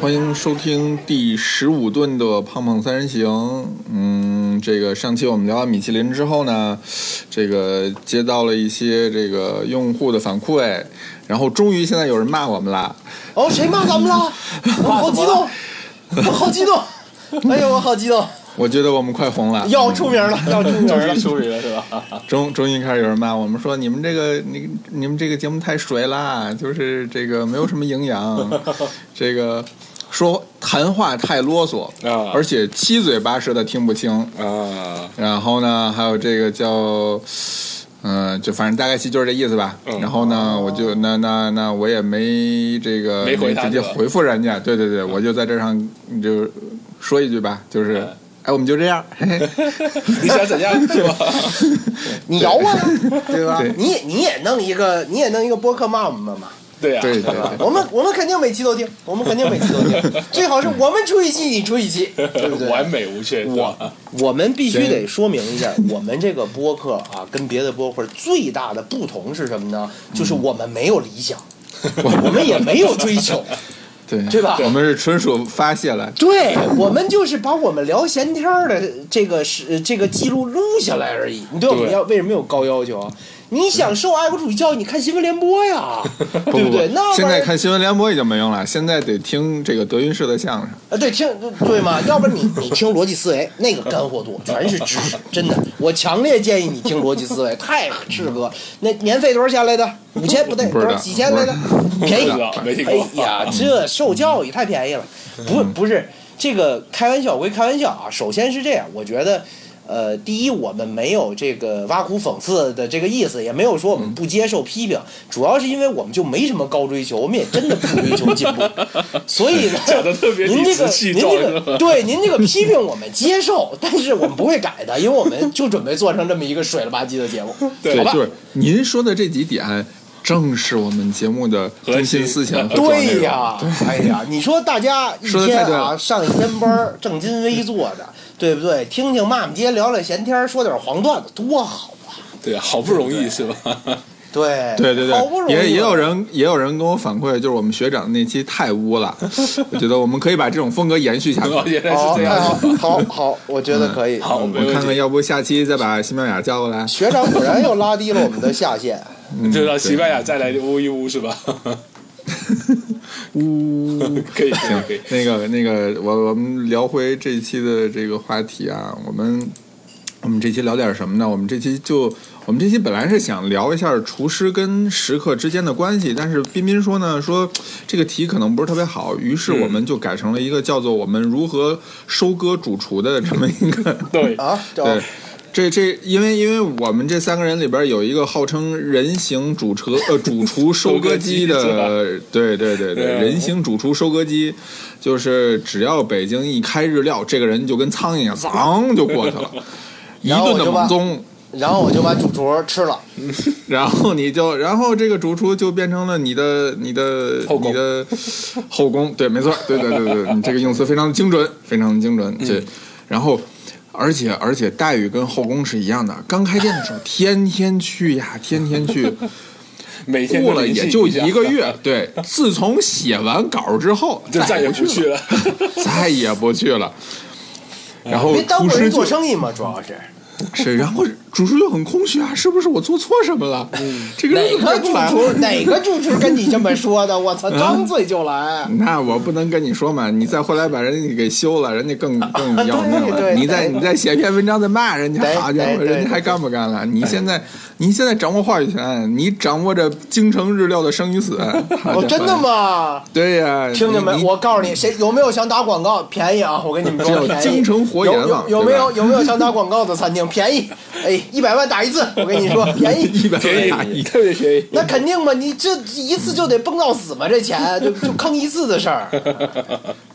欢迎收听第十五顿的胖胖三人行。嗯，这个上期我们聊完米其林之后呢，这个接到了一些这个用户的反馈，然后终于现在有人骂我们啦。哦，谁骂咱们了？我好激动，我好激 动，哎呦，我好激动，我觉得我们快红了，要出名 了，要出名了。出名了是吧？终终于开始有人骂我们说你们这个你你们这个节目太水啦，就是这个没有什么营养，这个说谈话太啰嗦啊而且七嘴八舌的听不清。啊，然后呢，还有这个叫，嗯、就反正大概其就是这意思吧。嗯然后呢，我就那那那我也没这个没回他直接是吧回复人家，对对对，我就在这上你就说一句吧，就是。嗯哎，我们就这样，嘿嘿，你想怎样 是吧？你咬我呀， 对吧对？你也你也弄一个，你也弄一个播客骂我们嘛。对啊呀，对对对我们我们肯定每期都听，我们肯定每期都 听，最好是我们出一期，你出一期，对不对？完美无缺，是吧我我们必须得说明一下，我们这个播客啊，跟别的播客最大的不同是什么呢？就是我们没有理 想，我们也没有追求，对对吧我们是纯属发泄了，对我们就是把我们聊闲天儿的这个是呃这个记录录下来而已。你对我们对要为什么有高要求啊？你想受爱国主义教育，你看新闻联播 呀，不对不对？那不，玩意儿现在看新闻联播已经没用了，现在得听这个德云社的相声。啊，对，听对嘛？要不然你你听逻辑思维，那个干货多，全是知识，真的。我强烈建议你听逻辑思维，太适合。那年费多少钱来的？五千不对，不多知道少几千来的？便宜不知道没听哎过嗯呀，这受教育太便宜了。不不是这个开玩笑归开玩笑啊，首先是这样，我觉得。呃，第一，我们没有这个挖苦讽刺的这个意思，也没有说我们嗯不接受批评，主要是因为我们就没什么高追求，我们也真的不追求进步， 所以呢，讲得特别您理这直个气您壮这是吧个对您这个批评我们接受，但是我们不会改的，因为我们就准备做成这么一个水了吧唧的 节目，对好，吧？啊就是您说的这几点，正是我们节目的中心思想和主要内容对呀，哎呀，你说大家一说得太天对啊了上一天班儿，正襟危坐的，对不对？听听骂骂街，聊聊闲天儿，说点黄段子，多好啊！对呀，好不容易是吧？对对对好不容对，也易也有人也有人跟我反馈，就是我们学长那期太污了，我觉得我们可以把这种风格延续下 去。原来是好，这太好样，，哦嗯好好，我觉得可以。嗯 好，哦嗯我没看看，问要不下期再把西妙雅叫过来，嗯学长果然又拉低了我们的下限，题，就让西班牙再来污一污 是吧？ 污。可以可以可以， 那个那个，我我们聊回这一期的这个话题啊，我们我们这期聊点什么呢？我们这期就我们这期本来是想聊一下厨师跟食客之间的关系，但是彬彬说呢，说这个题可能不是特别好，于是我们就改成了一个叫做“我们如何收割主厨”的这么一个对，啊，这对。这这，因为因为我们这三个人里边有一个号称人形主车呃主厨收割机收割的，对对对对，对啊人形主厨收割机，就是只要北京一开日料，这个人就跟苍蝇一样，噌就过去了，一然顿后我的就把猛揍。然后我就把主厨吃了。然后你就，然后这个主厨就变成了你的、你的、后宫你的后宫，对，没错，对对对对，你这个用词非常的精准，非常的精准，对。然后，而且而且待遇跟后宫是一样的。刚开店的时候，天天去呀，天天去，每天过都了联系也就下一个，月。对，自从写完稿之后，就再也不不去了，了。再也不去了。然后别耽厨误师人就做生意嘛，主要是。是，然后主厨就很空虚啊，是不是我做错什么了？ 这个人哪怎么还不个主来啊厨 哪个主厨跟你这么说的？我操，嗯张嘴就来。 那我不能跟你说嘛，你再回来把人家给修了，人家 更更要命对了。对你再你再写篇文章再骂人家对，好家伙，对对人家还干不干了？你现在你现在掌握话语权，你掌握着京城日料的生与 死。好家哦，伙真的？吗？对呀，听见没？你我告诉你，谁有没有想打广告？便宜啊！我跟你们只说，有便宜。京城活阎有王有有没有对有没有想打广告的餐厅？便宜，哎，一百万打一次，我跟你说，便宜。 一百万大便宜，一，特别便宜。那肯定嘛，你这一次就得蹦到死嘛，这钱就就坑一次的事儿。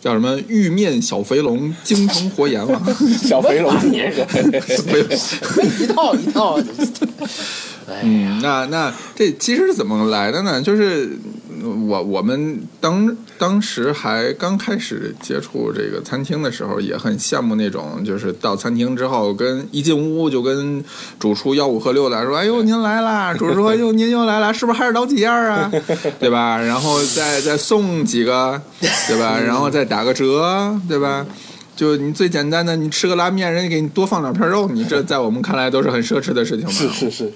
叫什么玉面小肥龙，京城活阎 王，小肥龙， 肥龙一套一套。哎，嗯嗯，那那这其实是怎么来的呢？就是我我们当当时还刚开始接触这个餐厅的时候，也很羡慕那种就是到餐厅之后，跟一进屋就跟主厨吆五喝六的说：“哎呦，您来啦！”主厨说：“哎呦，您又来啦，是不是还是老几样啊？对吧？然后再再送几个，对吧？然后再打个折，对吧？”就你最简单的，你吃个拉面，人家给你多放两片肉，你这在我们看来都是很奢侈的事情嘛。是是是，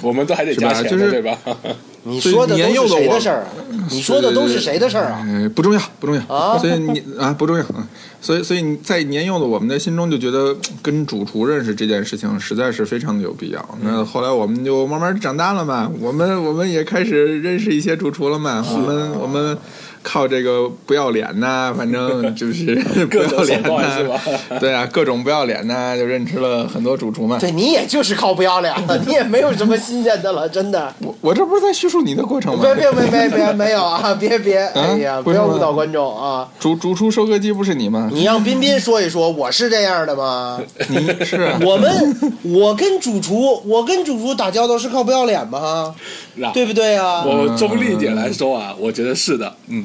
我们都还得是吧加钱的，就是对吧？ 你说的年都幼是的谁我的事儿啊？你说的都是谁的事儿啊？哎，不重要，不重要。哦啊所以你啊，不重要。嗯所以，所以你在年幼的我们的心中就觉得跟主厨认识这件事情实在是非常的有必要。嗯那后来我们就慢慢长大了嘛，我们我们也开始认识一些主厨了哦嘛。我们我们靠这个不要脸呐、反正就是不各种要脸手段是呐、吧对啊，各种不要脸呐、就认识了很多主厨嘛。对你也就是靠不要脸了，你也没有什么新鲜的了，真的。我我这不是在叙述你的过程吗？别别别别别没有啊！别别，哎呀，不要误导观众啊！主主厨收割机不是你吗？你让彬彬说一说，我是这样 的吗？你是啊我们我跟主厨，我跟主厨打交道是靠不要脸吗？那对不对啊？我中立一点来说啊，我觉得是的，嗯，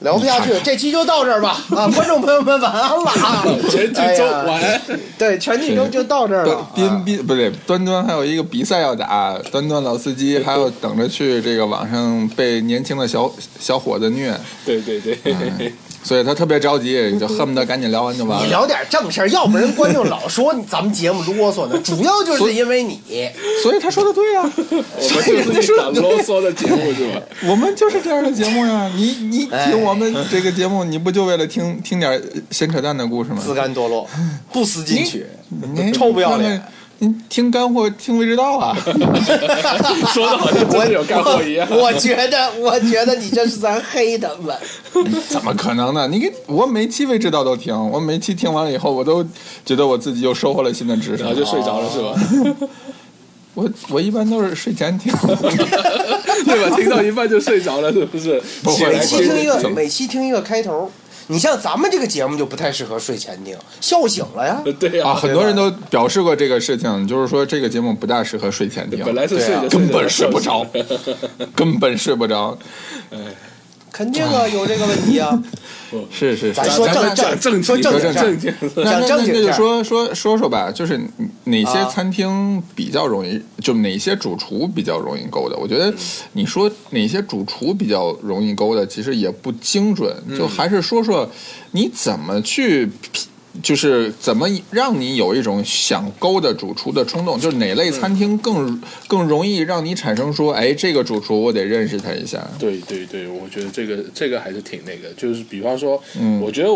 聊不下去，这期就到这儿吧啊！观众朋友们，晚安了啊！全剧哎终呀晚安。对，全剧终就到这儿了端啊。彬彬不对，端端还有一个比赛要打，端端老司机还要等着去这个网上被年轻的小小伙子虐，对对对，所以他特别着急，就恨不得赶紧聊完就完你了。聊点正事儿，要不然观众老说你咱们节目啰嗦呢，主要就是因为你。所以他说的对啊呀、我们就是一档啰嗦的节目 是吧？我们就是这样的节目呀。你你哎听我们这个节目，你不就为了听听点闲扯淡的故事吗？自甘堕落，不思进取，你臭不要脸！你听干货听未知道啊？ 说的好像真的有干货一样。我我觉得，我觉得你这是咱黑他 们。怎么可能呢？你给我每期未知道都听，我每期听完了以后，我都觉得我自己又收获了新的知识然。后就睡着了是哦吧？我我一般都是睡前听， 对吧？听到一半就睡着了，是不是？不会起每来期不会听一个，对每期听一个开头。你像咱们这个节目就不太适合睡前听，笑醒了呀。对呀、啊，很多人都表示过这个事情，就是说这个节目不大适合睡前听，啊本来是睡着，啊根本睡不着，根本睡不 着。肯定哎啊，有这个问题啊。是是，咱是说咱正正，们讲啊正说题正说经正事儿正经那讲那正那经那事就儿说说说说吧，就是哪些啊餐厅比较容易，就哪些主厨比较容易勾搭？我觉嗯得你说哪些主厨比较容易勾搭，其实也不精准，嗯就还是说说你怎么去。就是怎么让你有一种想勾搭主厨的冲动，就是哪类嗯餐厅更更容易让你产生说，哎，这个主厨我得认识他一下。对对对，我觉得这个这个还是挺那个，就是比方说，嗯我觉得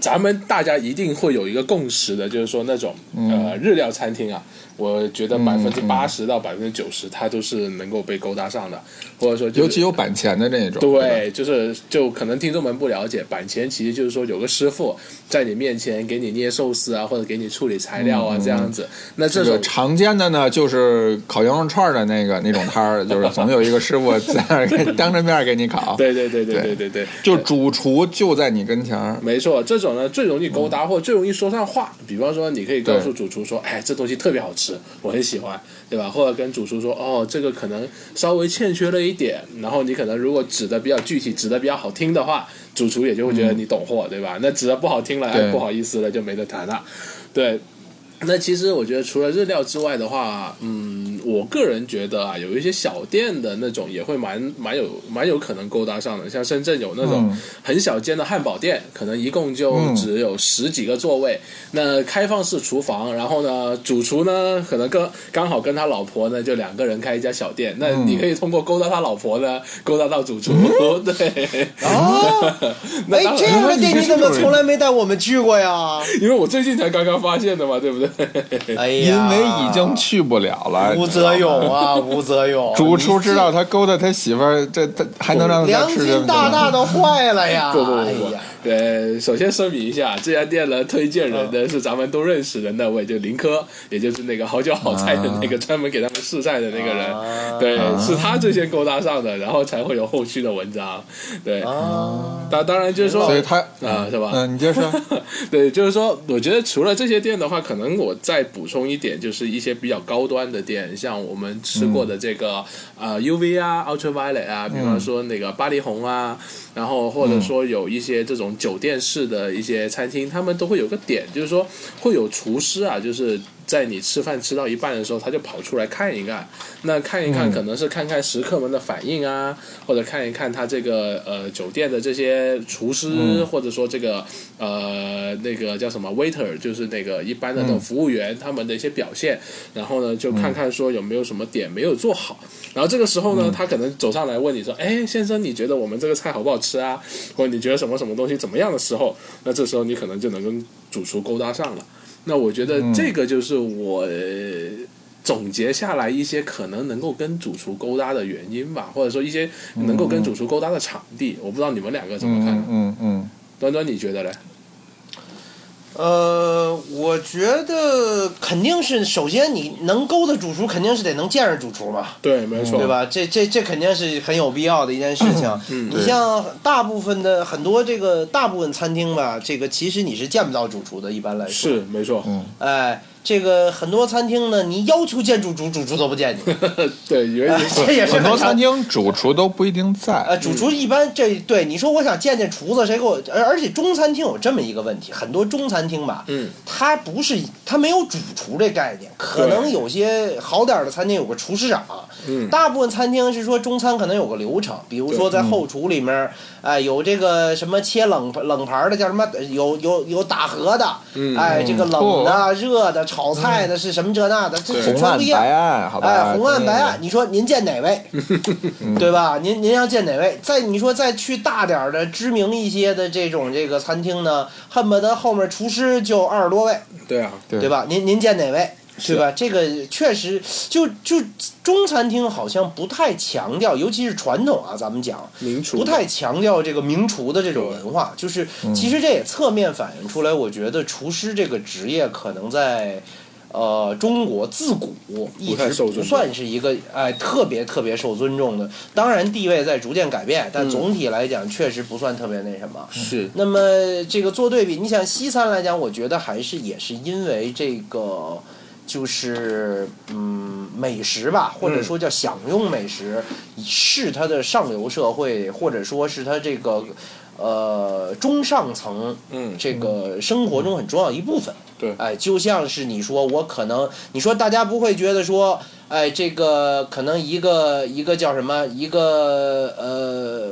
咱们大家一定会有一个共识的，就是说那种、嗯呃日料餐厅啊，我觉得百分之八十到百分之九十，它都是能够被勾搭上的，或者说、就是、尤其有板前的那种，对，就是就可能听众们不了解，板前其实就是说有个师傅在你面前给你捏寿司啊，或者给你处理材料啊、这样子。那这嗯这个种常见的呢，就是烤羊肉串儿的那个那种摊儿，就是总有一个师 傅在那儿给当着面儿给你烤，对对对对对对对对，就主厨就在你跟前儿。没错，这种呢最容易勾搭或最容易说上话。比方说，你可以告诉主厨说：“哎，这东西特别好吃，我很喜欢，对吧？”或者跟主厨说：“哦，这个可能稍微欠缺了一点。”然后你可能如果指的比较具体，指的比较好听的话，主厨也就会觉得你懂货，对吧？那指的不好听了，哎，对不好意思了，就没得谈了。对，那其实我觉得除了日料之外的话，嗯，我个人觉得啊，有一些小店的那种也会蛮蛮有蛮有可能勾搭上的。像深圳有那种嗯很小间的汉堡店，可能一共就嗯只有十几个座位，那开放式厨房，然后呢，主厨呢可能跟刚好跟他老婆呢就两个人开一家小店，那你嗯可以通过勾搭他老婆呢，勾搭到主厨， 对。啊！ 那嗯哎当，这然，样的店你怎么从来没带我们去过 呀？因为我最近才刚刚发现的嘛，对不对？哎因呀，为已经去不了了，吴泽勇啊，吴 泽勇，主厨知道他勾搭他媳妇儿，这他还能让他良吃这心大大的坏了呀！ 不不不哎不呀，呃，首先声明一下，这家店呢推荐人呢是咱们都认识的那位，就林科，也就是那个好酒好菜的那个专门给他们试菜的那个人，啊对，啊是他最先勾搭上的，然后才会有后续的文章，对，啊，当当然就是说所以他，啊，是吧？嗯，你接着 说， 对，就是说，我觉得除了这些店的话，可能我再补充一点，就是一些比较高端的店，像我们吃过的这个、呃 UV 啊、Ultraviolet 啊，比方说那个巴黎红啊，然后或者说有一些这种酒店式的一些餐厅，他们都会有个点，就是说会有厨师啊，就是。在你吃饭吃到一半的时候，他就跑出来看一看，那看一嗯看可能是看看食客们的反应啊，或者看一看他这个呃酒店的这些厨师，嗯或者说这个呃那个叫什么 waiter，就是那个一般的那嗯种服务员、他们的一些表现，然后呢就看看说有没有什么点没有做好，然后这个时候嗯呢，他可能走上来问你说，哎，先生，你觉得我们这个菜好不好吃啊？或者你觉得什么什么东西怎么样的时候，那这时候你可能就能跟主厨勾搭上了。那我觉得这个就是我。呃总结下来一些可能能够跟主厨勾搭的原因吧，或者说一些能够跟主厨勾搭的场地，我不知道你们两个怎么看。嗯嗯 嗯，端端，你觉得嘞？呃，我觉得肯定是，首先你能勾搭主厨，肯定是得能见着主厨嘛。对，没嗯错，对？吧？这这这肯定是很有必要的一件事情。你对像大部分的很多这个大部分餐厅吧，这个其实你是见不到主厨的，一般来说。是，没错。哎，这个很多餐厅呢，你要求见主厨，主厨都不见你。 对，以为哎 你这 也是很多常餐厅主厨都不一定在，呃，主厨一般这对你说，我想见见厨子，谁给我？而而且中餐厅有这么一个问题，很多中餐厅吧，嗯，它不是它没有主厨这概念，可能有些好点儿的餐厅有个厨师长，嗯大部分餐厅是说中餐可能有个流程，比如说在后厨里面，哎、有这个什么切冷冷盘的叫什么，有有有打荷的，嗯哎，这个冷的、热的、炒菜的是什么这那的，这红全案不一样白。案，好吧，哎，红案白案，你说您见哪 位，对吧？您您要见哪位？再你说再去大点儿的、知名一些的这种这个餐厅呢，恨不得后面厨师就二十多位，对啊，对对吧？您您见哪位？对吧？这个确实，就就中餐厅好像不太强调，尤其是传统啊，咱们讲，名厨不太强调这个名厨的这种文化，就是嗯其实这也侧面反映出来，我觉得厨师这个职业可能在。呃，中国自古一太直受尊不重算是一个哎特别特别受尊重的，当然地位在逐渐改变，嗯但总体来讲确实不算特别那什么。是那么这个做对比，你想西餐来讲，我觉得还是也是因为这个。就是嗯，美食吧，或者说叫享用美食，是它的上流社会，或者说是它这个呃中上层嗯这个生活中很重要一部分。对哎，就像是你说，我可能你说大家不会觉得说，哎，这个可能一个一个叫什么一个呃。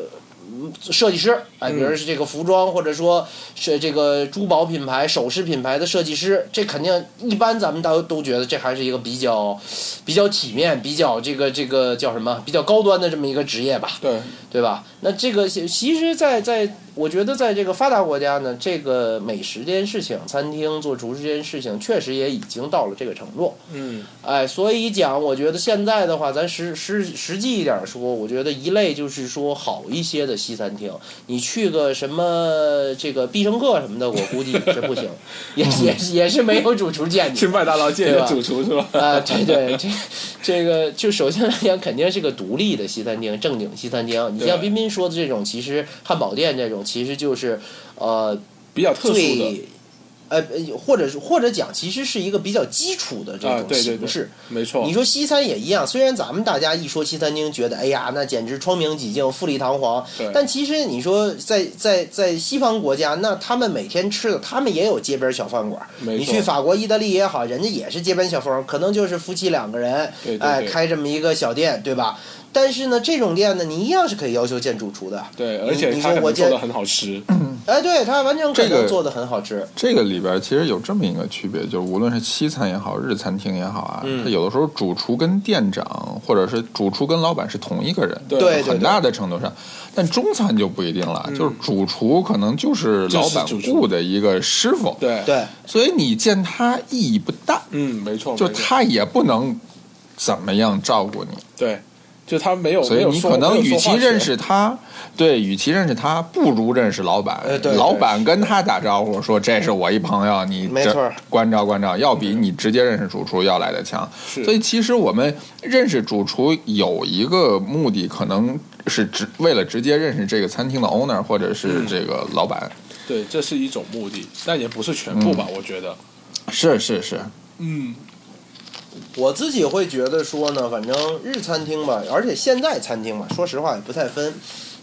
嗯设计师，哎，比如是这个服装，或者说是这个珠宝品牌、首饰品牌的设计师，这肯定一般咱们都都觉得这还是一个比较、比较体面、比较这个这个叫什么比较高端的这么一个职业吧。对，对吧？那这个其其实在，在我觉得，在这个发达国家呢，这个美食这件事情，餐厅做厨师这件事情，确实也已经到了这个程度。嗯，哎，所以讲，我觉得现在的话，咱实实实际一点说，我觉得一类就是说好一些的西餐厅，你去个什么这个必胜客什么的，我估计也是不行， 也也也是没有主厨见你。去麦当劳见一对下吧主厨是吧？ 啊，对对，这这个就首先来讲，肯定是个独立的西餐厅，正经西餐厅。你对像彬彬说的这种，其实汉堡店这种，其实就是呃比较特殊的，最呃或者是或者讲，其实是一个比较基础的这啊种对对对形式。没错你。说西餐也一样，虽然咱们大家一说西餐厅，觉得哎呀，那简直窗明几净、富丽堂皇对，但其实你说在在在西方国家，那他们每天吃的，他们也有街边小饭馆。没错你去法国、意大利也好，人家也是街边小饭馆，可能就是夫妻两个人，对对对哎、开这么一个小店，对吧？但是呢，这种店呢，你一样是可以要求见主厨的。对，而且你他可说我能做见的，很好吃，哎，对他完全可这能个做的很好吃。这个里边其实有这么一个区别，就是无论是西餐也好，日餐厅也好啊，嗯它有的时候主厨跟店长，或者是主厨跟老板是同一个人，对对对很大的程度上。但中餐就不一定了，就是主厨可能就是老板就是主厨雇的一个师傅，对，对，所以你见他意义不大，嗯，没错，就没错他也不能怎么样照顾你。对，就他没有所以没有你说可没能有说与化其学认识他，对，与其认识他，不如认识老板。呃对老对板跟他打招呼说：“这是我一朋友，你没这错儿关照关照，要比你直接认识主厨要来的强。”是所以其实我们认识主厨有一个目的，可能是直为了直接认识这个餐厅的 owner 或者是这个老板。对，这是一种目的，但也不是全部嗯吧，我觉得。是是是，嗯，我自己会觉得说呢，反正日餐厅吧，而且现在餐厅吧，说实话也不太分。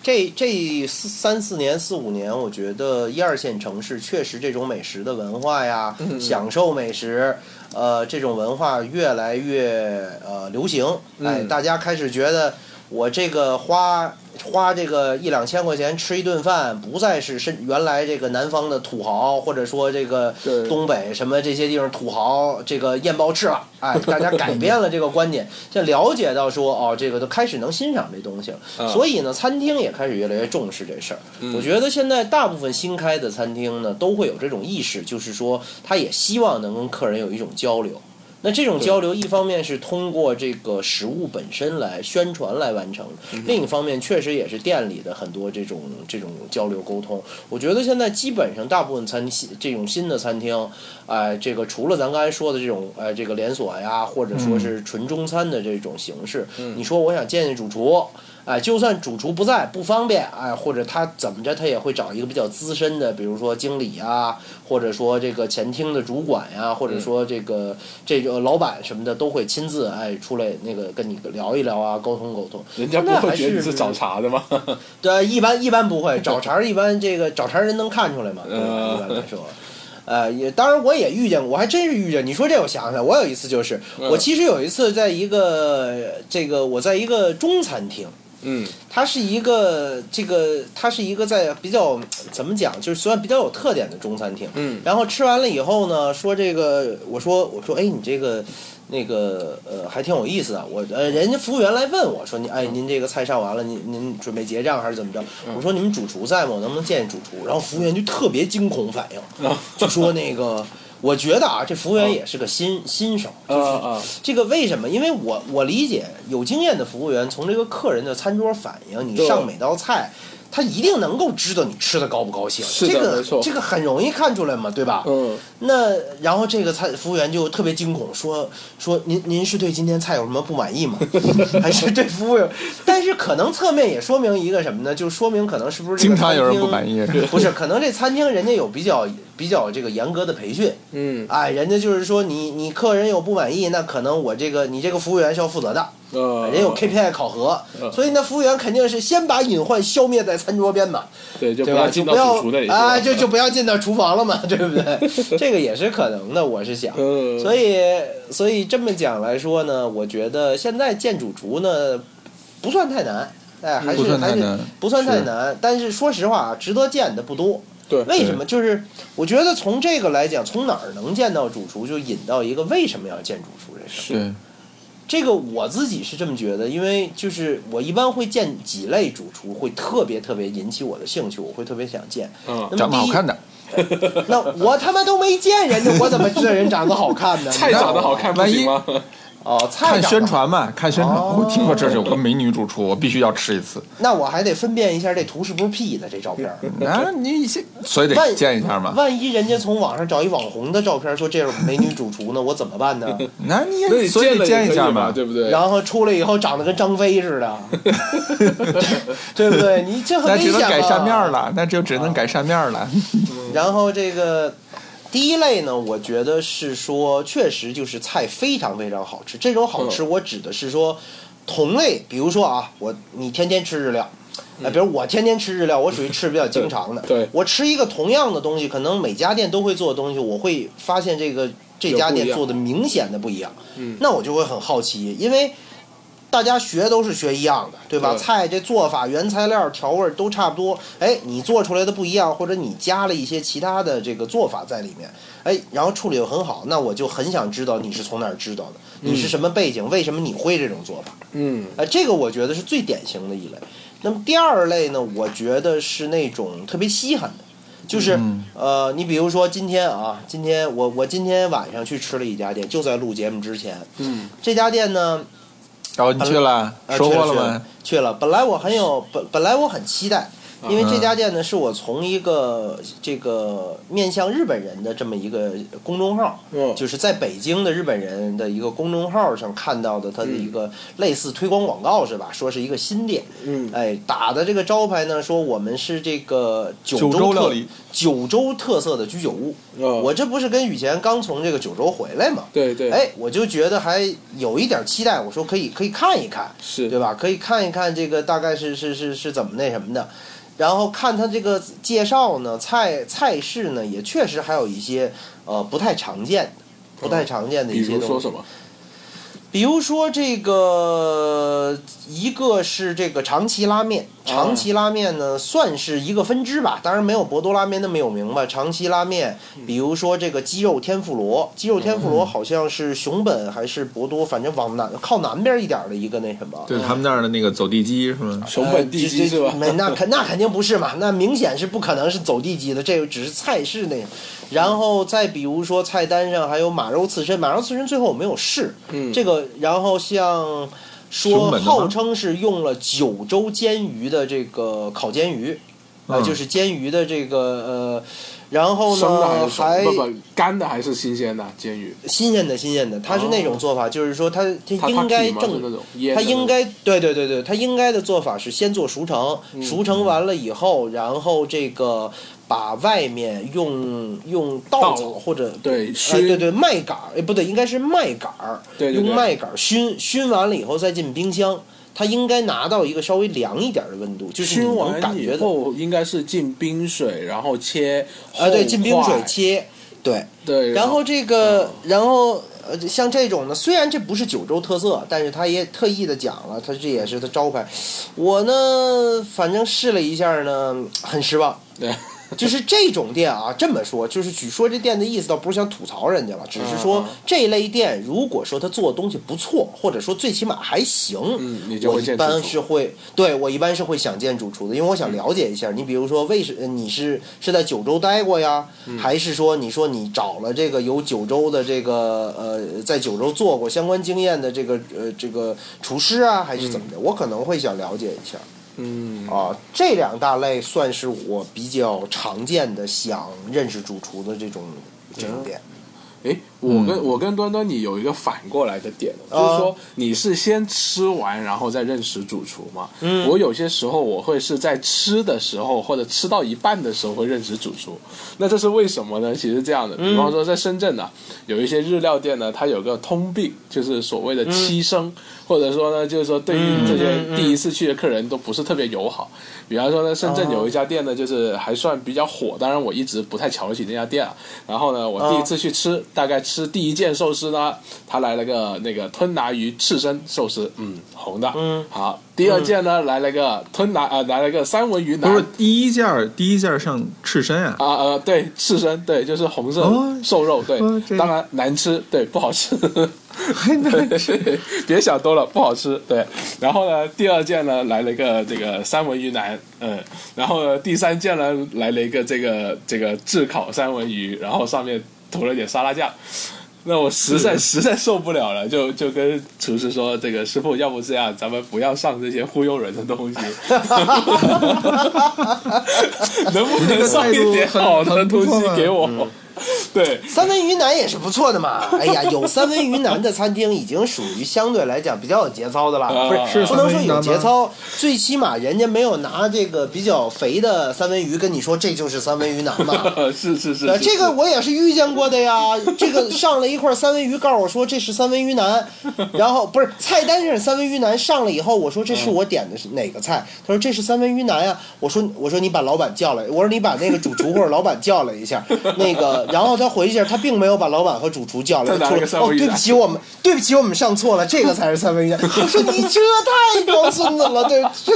这这四三四年、四五年，我觉得一二线城市确实这种美食的文化呀，享受美食，呃，这种文化越来越呃流行。哎，嗯大家开始觉得我这个花花这个一两千块钱吃一顿饭，不再是是原来这个南方的土豪，或者说这个对东北什么这些地方土豪这个面包吃 了，哎，大家改变了这个观点，这了解到说哦，这个都开始能欣赏这东西了，啊嗯所以呢，餐厅也开始越来越重视这事儿。我觉得现在大部分新开的餐厅呢，都会有这种意识，就是说他也希望能跟客人有一种交流。那这种交流，一方面是通过这个食物本身来宣传来完成，另一方面确实也是店里的很多这种这种交流沟通。我觉得现在基本上大部分餐新这种新的餐厅，哎、这个除了咱刚才说的这种哎、这个连锁呀，或者说是纯中餐的这种形式，你说我想见见主厨。哎，就算主厨不在不方便，哎，或者他怎么着，他也会找一个比较资深的，比如说经理啊，或者说这个前厅的主管呀、或者说这个这个老板什么的，都会亲自哎出来那个跟你聊一聊啊，沟通沟通。人家不会觉得你是找茬的吗？对，啊一般一般不会找茬儿，一般这个找 茬儿人能看出来嘛，对吧？嗯一般来说。呃，也当然我也遇见过，我还真是遇见。你说这我想起来，我有一次就是，我其实有一次在一个这个我在一个中餐厅，嗯它是一个这个它是一个在比较怎么讲，就是算比较有特点的中餐厅。 嗯然后吃完了以后呢，说这个，我说我说，哎，你这个那个呃，还挺有意思的。我呃，人家服务员来问我说，你嗯哎，您这个菜上完了，您您准备结账还是怎么着？我说你们主厨在吗？我能不能见见主厨？然后服务员就特别惊恐反哦应，就说那 个。我觉得啊，这服务员也是个新新手，啊啊，这个为什么？因为我我理解有经验的服务员从这个客人的餐桌反应，你对上每道菜，他一定能够知道你吃的高不高兴。是的这个没错这个很容易看出来嘛，对吧？嗯，那然后这个菜服务员就特别惊恐，说说您您是对今天菜有什么不满意吗？ 还是对服务员？但是可能侧面也说明一个什么呢？就说明可能是不是这经个常有人不餐满厅意。不是，可能这餐厅人家有比较比较这个严格的培训，嗯哎，人家就是说你你客人有不满意，那可能我这个你这个服务员是要负责的，呃，哦人家有 KPI 考核，嗯所以那服务员肯定是先把隐患消灭在餐桌边嘛，对，就不对吧？要就进不到要主厨那里是吧啊，就就不要进到厨房了嘛，对不 对？这个也是可能的，我是想。嗯，所以，所以这么讲来说呢，我觉得现在建主厨呢不算太难，哎，还不是算还太是难不算太是难。但是说实话啊，值得见的不多。对为什么？就是我觉得从这个来讲，从哪儿能见到主厨，就引到一个为什么要见主厨这事儿。对，这个我自己是这么觉得，因为就是我一般会见几类主厨，会特别特别引起我的兴趣，我会特别想见。嗯，那长得么好第一，看的，那我他妈都没见人家，我怎么知道人长得好看 呢？菜长得好看不万一行吗？哦，菜看长得宣传嘛，看宣传。哦我听说这是有个美女主厨，我必须要吃一次。那我还得分辨一下这图是不是 P 的这照片儿，啊，你先，所以万得见一下嘛。万一人家从网上找一网红的照片，说这是美女主厨呢，我怎么 办呢？那你 那你所以见得了见一也可以下嘛，嘛。对不对？然后出来以后长得跟张飞似的，对不对？你这很 那危只险能啊改嘛扇面儿了，那就只能改扇面儿了。嗯然后这个第一类呢，我觉得是说，确实就是菜非常非常好吃。这种好嗯吃，我指的是说同类，比如说啊，我你天天吃日料。哎，比如我天天吃日料，我属于吃比较经常的。嗯对对我吃一个同样的东西，可能每家店都会做的东西，我会发现这个这家店有不一样做的明显的不一样。嗯那我就会很好奇，因为大家学都是学一样的，对吧？对菜这做法、原材料、调味儿都差不多。哎，你做出来的不一样，或者你加了一些其他的这个做法在里面，哎，然后处理的很好，那我就很想知道你是从哪儿知道的，你是什么背景，为什么你会这种做法？嗯哎，这个我觉得是最典型的一类。那么第二类呢，我觉得是那种特别稀罕的， 就是、嗯呃，你比如说今天啊，今天我我今天晚上去吃了一家店，就在录节目之前，嗯这家店呢，哦，你去了，啊收获去去吗？去了，本来我很有本本来我很期待，因为这家店呢是我从一个这个面向日本人的这么一个公众号，嗯就是在北京的日本人的一个公众号上看到的，它的一个类似推广广告是吧？说是一个新店，嗯哎，打的这个招牌呢，说我们是这个九九州州料特理九州特色的居酒屋。哦我这不是跟雨前刚从这个九州回来嘛？对对，哎，我就觉得还有一点期待，我说可以可以看一看，是对吧？可以看一看这个大概是是是是怎么那什么的，然后看他这个介绍呢，菜菜式呢也确实还有一些呃不太常见的。不太常见的嗯比一些如说东西，什么？比如说这个，一个是这个长崎拉面，啊长崎拉面呢算是一个分支吧，当然没有博多拉面那么有名吧。长崎拉面，嗯比如说这个鸡肉天妇罗，鸡肉天妇罗好像是熊本还是博多，反正往南靠南边一点的一个那什么。对他们那儿的那个走地鸡是吗？熊本 地呃鸡这是吧？没，那肯那肯定不是嘛，那明显是不可能是走地鸡的，这个只是菜式那个。然后再比如说菜单上还有马肉刺身，马肉刺身最后我没有试，嗯这个然后像熊说本的吗号称是用了九州煎鱼的这个烤煎鱼，啊、嗯就是煎鱼的这个呃，然后生的还呢是熟还不不干的还是新鲜的煎鱼？新鲜的新鲜的，它是那种做法，就是说它它哦它它应该皮吗是那正种腌他的那应种该对对对对，他应该的做法是先做熟成，嗯熟成完了以后，然后这个把外面用用稻草稻或者对哎熏对对麦秆儿，哎不对，应该是麦秆儿，对对对用麦秆儿熏熏完了以后再进冰箱，它应该拿到一个稍微凉一点儿的温度，就是你熏能感完以觉到后应该是进冰水，然后切啊对，进冰水厚块切对。对，然后这个，然后呃，像这种呢，虽然这不是九州特色，但是他也特意的讲了，他这也是他招牌。我呢，反正试了一下呢，很失望。对，就是这种店啊，这么说，就是举说这店的意思，倒不是想吐槽人家了，只是嗯说嗯这类店，如果说他做的东西不错，或者说最起码还行，嗯你就我会一见般主嗯是会对我一般是会想见主厨的，因为我想了解一下，你比如说为什呃你是是在九州待过呀，嗯还是说你说你找了这个有九州的这个呃在九州做过相关经验的这个呃这个厨师啊，还是怎么的？我可能会想了解一下。嗯，啊，这两大类算是我比较常见的想认识主厨的这种嗯这种店。 哎，我嗯跟我跟端端你有一个反过来的点，啊就是说你是先吃完然后再认识主厨嘛。嗯，我有些时候我会是在吃的时候或者吃到一半的时候会认识主厨，那这是为什么呢？其实这样的，比嗯方说在深圳呢、有一些日料店呢，它有个通病，就是所谓的嗯七生，或者说呢，就是说对于这些第一次去的客人都不是特别友好。比方说呢，深圳有一家店呢，就是还算比较火，当然我一直不太瞧得起那家店啊。然后呢，我第一次去吃，大概吃第一件寿司呢，他来了个那个吞拿鱼刺身寿司，嗯，红的，嗯，好。第二件呢，来了个吞拿，呃，来了个三文鱼不是腩。第一件儿，第一件儿上赤身啊，啊呃，对，刺身，对，就是红色哦瘦肉，对哦这，当然难吃，对，不好吃，还 能对，别想多了，不好吃。对，然后呢，第二件呢来了一个这个三文鱼腩，嗯，然后呢第三件呢来了一个这个这个炙烤三文鱼，然后上面涂了点沙拉酱。那我实在实在受不了了，就就跟厨师说：“这个师傅，要不这样，咱们不要上这些忽悠人的东西，能不能上一点好的东西给我？”对，三文鱼腩也是不错的嘛。哎呀，有三文鱼腩的餐厅已经属于相对来讲比较有节操的了，啊不不是嗯三能文鱼说腩吗有节操，最起码人家没有拿这个比较肥的三文鱼跟你说这就是三文鱼腩嘛。是是是呃，，是这个我也是遇见过的呀。这 个上了一块三文鱼，告诉我说这是三文鱼腩，然后不是菜单上三文鱼腩上了以后，我说这是我点的是哪个菜？他说这是三文鱼腩呀。我说我说你把老板叫来，我说你把那个主厨或者老板叫来一 下，那个然后他回去他并没有把老板和主厨叫来，他拿他了说个三哦文鱼对腩不起我们对不起我们上错了，这个才是三文鱼 腩。我说你这太装孙子了，对，这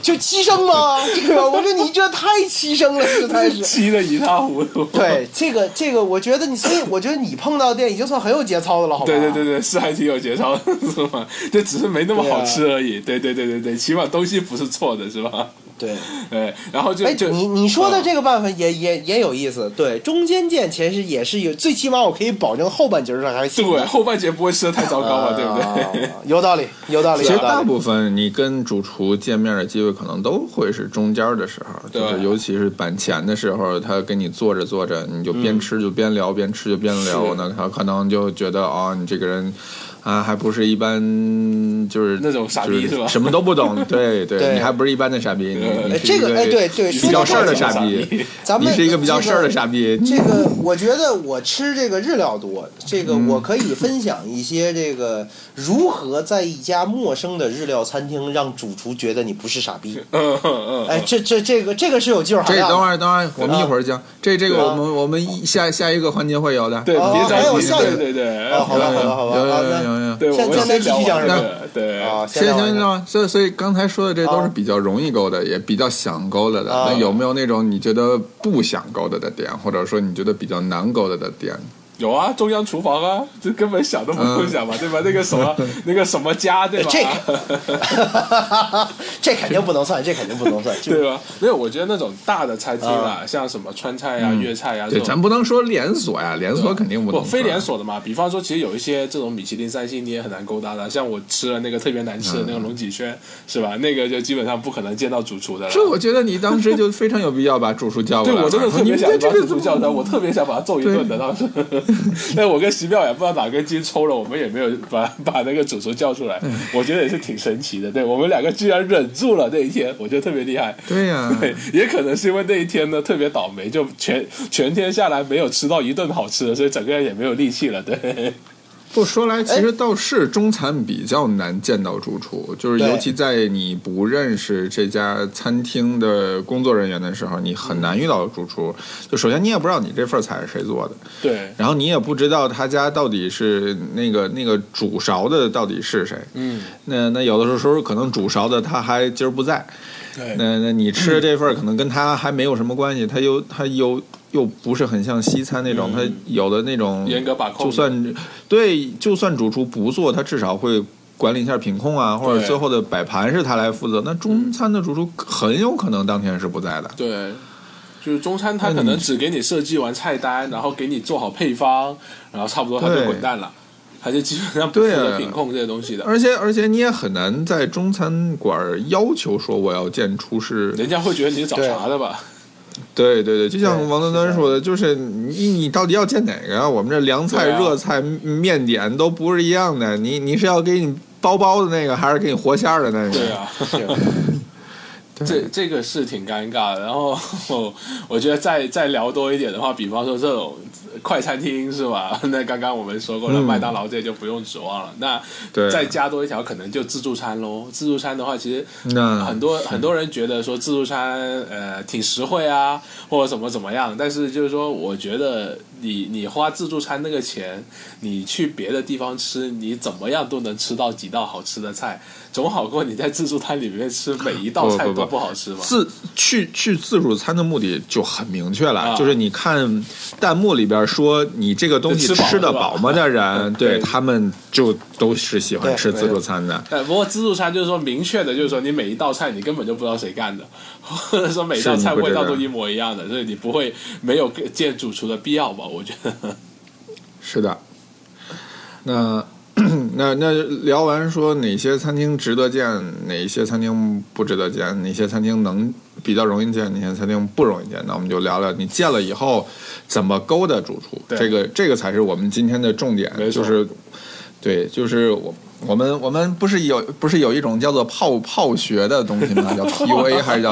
就牺牲吗？这个我说你这太牺牲了，实在是。吸的一塌糊 涂。对，这个这个，我觉得你，所以我觉得你碰到的店已经算很有节操的了，好吧？对对对对，是还挺有节操 啊的，是吧？就只是没那么好吃而已。对对对对对，起码东西不是错的，是吧？ 对，对，然后就哎，就你你说的嗯这个办法也也也有意思，对，中间件其实也是有，最起码我可以保证后半截儿上还行，对后半截不会吃的太糟糕了，对不 对？啊有道理，有道理，其实有道大理。部分你跟主厨见面的机会，可能都会是中间的时候，对就是尤其是板前的时候，他跟你坐着坐着，你就边吃就边聊，边吃就边聊是呢，他可能就觉得啊、你这个人啊，还不是一般，就是那种傻逼就是吧什么都不懂，对对，对你还不是一般的傻逼，你你是哎一这个哎对对 比说较到事儿的这个傻傻逼逼，咱你们是一个比较事儿的傻逼，这嗯个我觉得我吃这个日料多，这个嗯我可以分享一些这个如何在一家陌生的日料餐厅让主厨觉得你不是傻逼。 嗯嗯哎，这这这个这个是有技术含这量的。等会儿等会儿，我们一会儿讲这这个对啊我们我们一下下一个环节会有的，对，哦别还着有急，下一个对对对，哦好吧有好吧好吧有好有那有有。对，我现们现在先继聊续讲完是吧这个，对，啊，行先让我行看行，所以所以刚才说的这都是比较容易勾的，也比较想勾搭的。啊那有没有那种你觉得不想勾搭的点，或者说你觉得比较难勾搭的点？有啊，中央厨房啊，这根本想都不嗯用想嘛，对吧？那个什么 那个什么家，对吧？呃这个， 这肯定不能算，这肯定不能算，对就吧？没有，我觉得那种大的餐厅啊，嗯像什么川菜啊、粤菜啊，这对，种咱不能说连锁呀，连锁肯定不能说。啊非连锁的嘛。比方说，其实有一些这种米其林三星你也很难勾搭的，像我吃了那个特别难吃的那个龙脊轩，是吧？那个就基本上不可能见到主厨的了。这我觉得你当时就非常有必要把主厨叫过对来。我真的特你别们想这把个主厨叫他，我特别想把他揍一顿的，当 时。但我跟徐妙也不知道哪根筋抽了，我们也没有把把那个主厨叫出来，嗯我觉得也是挺神奇的。对我们两个居然忍住了那一天，我觉得特别厉害。对呀、对，也可能是因为那一天呢特别倒霉，就全全天下来没有吃到一顿好吃的，所以整个人也没有力气了。对，不说来，其实倒是中餐比较难见到主厨，就是对尤其在你不认识这家餐厅的工作人员的时候，你很难遇到主厨。就首先你也不知道你这份菜是谁做的，对，然后你也不知道他家到底是那个那个煮勺的到底是谁。嗯，那那有的时候可能煮勺的他还今儿不在，对，那那你吃的这份儿可能跟他还没有什么关系，他又他又又不是很像西餐那种，他有的那种嗯严格把控就算对，就算主厨不做，他至少会管理一下品控啊，或者对嗯最后的摆盘是他来负责。那中餐的主厨很有可能当天是不在的。对。就是中餐，他可能只给你设计完菜单，然后给你做好配方，然后差不多他就对滚蛋了，他就基本上不负对责品控这些东西的。而且而且你也很难在中餐馆儿要求说我要见厨师，人家会觉得你是找茬的吧？对对对，就像对王端是端的说的，就是你你到底要见哪个呀？我们这凉菜、对啊热菜、面点都不是一样的，你你是要给你包包的那个，还是给你活馅儿的那个？对啊，是这这个是挺尴尬的。然后我觉得再再聊多一点的话，比方说这种快餐厅是吧？ 那刚刚我们说过了，嗯麦当劳这就不用指望了。那对再加多一条，可能就自助餐喽。自助餐的话，其实那很多很多人觉得说自助餐呃挺实惠啊，或者怎么怎么样，但是就是说，我觉得你你花自助餐那个钱，你去别的地方吃，你怎么样都能吃到几道好吃的菜，总好过你在自助餐里面吃每一道不菜不不都不好吃嘛。自去去自助餐的目的就很明确了，啊就是你看弹幕里边说你这个东西就吃饱吃得是吧饱吗的 人，对对他们就都是喜欢对吃自对助餐的。呃但不过自助餐就是说明确的，就是说你每一道菜你根本就不知道谁干的，或者说每一道是你菜会味道觉得都一模一样的，所以你不会没有见主厨的必要吧？我觉得，是的，那 那那聊完说哪些餐厅值得见，哪些餐厅不值得见，哪些餐厅能比较容易见，哪些餐厅不容易见，那我们就聊聊你见了以后怎么勾搭主厨，对这个这个才是我们今天的重点没，错就是对，就是我。我们我们不是有不是有一种叫做泡泡学的东西吗？叫 PUA 还是 叫？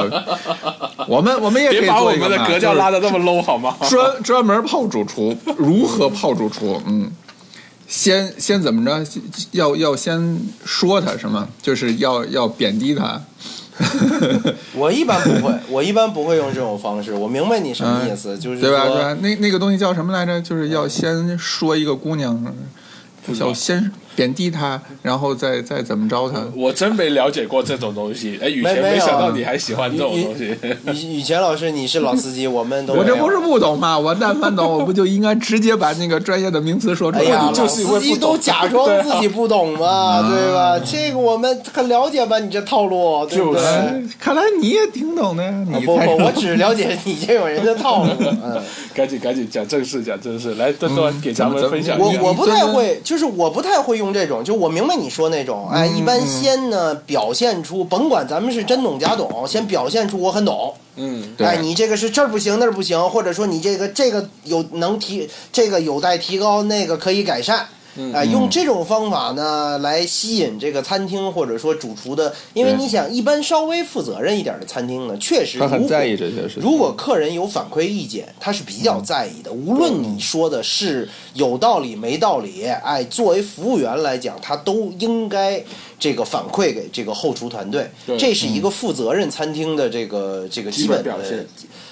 我们我们也可别以把我做一个们的嘛格就调是拉得那么 low 好吗？专专门泡主厨，如何泡主厨？嗯，先先怎么着？要要先说他是吗？就是要要贬低他。我一般不会，我一般不会用这种方式。我明白你什么 意思，就是嗯对吧？对说，吧？那那个东西叫什么来着？就是要先说一个姑娘，叫先贬低他，然后再再怎么着他。我真没了解过这种东西。哎，雨没前没有想到啊你还喜欢这种东西。雨雨前老师，你是老司机，我们都我这没有不是不懂吗？我但凡懂，我不就应该直接把那个专业的名词说出哎来呀，吗？就老是因为司机不懂都 假装对啊自己不懂嗯嘛，对吧？这个我们很了解吧？你这套路，对不对？就是哎看来你也挺懂的呀，你啊才不不，我只了解你这种人的套路。嗯， 赶紧赶紧讲正事，讲正事，来多多给咱们分享你我一下。我不真太的会，就是我不太会用这种，就我明白你说那种，哎，一嗯般先呢表现出，甭管咱们是真懂假懂，先表现出我很懂。嗯，对哎，你这个是这儿不行那儿不行，或者说你这个这个有能提，这个有待提高，那个可以改善。嗯哎、用这种方法呢来吸引这个餐厅或者说主厨的，因为对你想，一般稍微负责任一点的餐厅呢，确实他很如果在意这些事情如果客人有反馈意见，他是比较在意的，嗯无论你说的是有道理没道理，哎，作为服务员来讲，他都应该这个反馈给这个后厨团队对，这是一个负责任餐厅的这个这个基基本本的表现嗯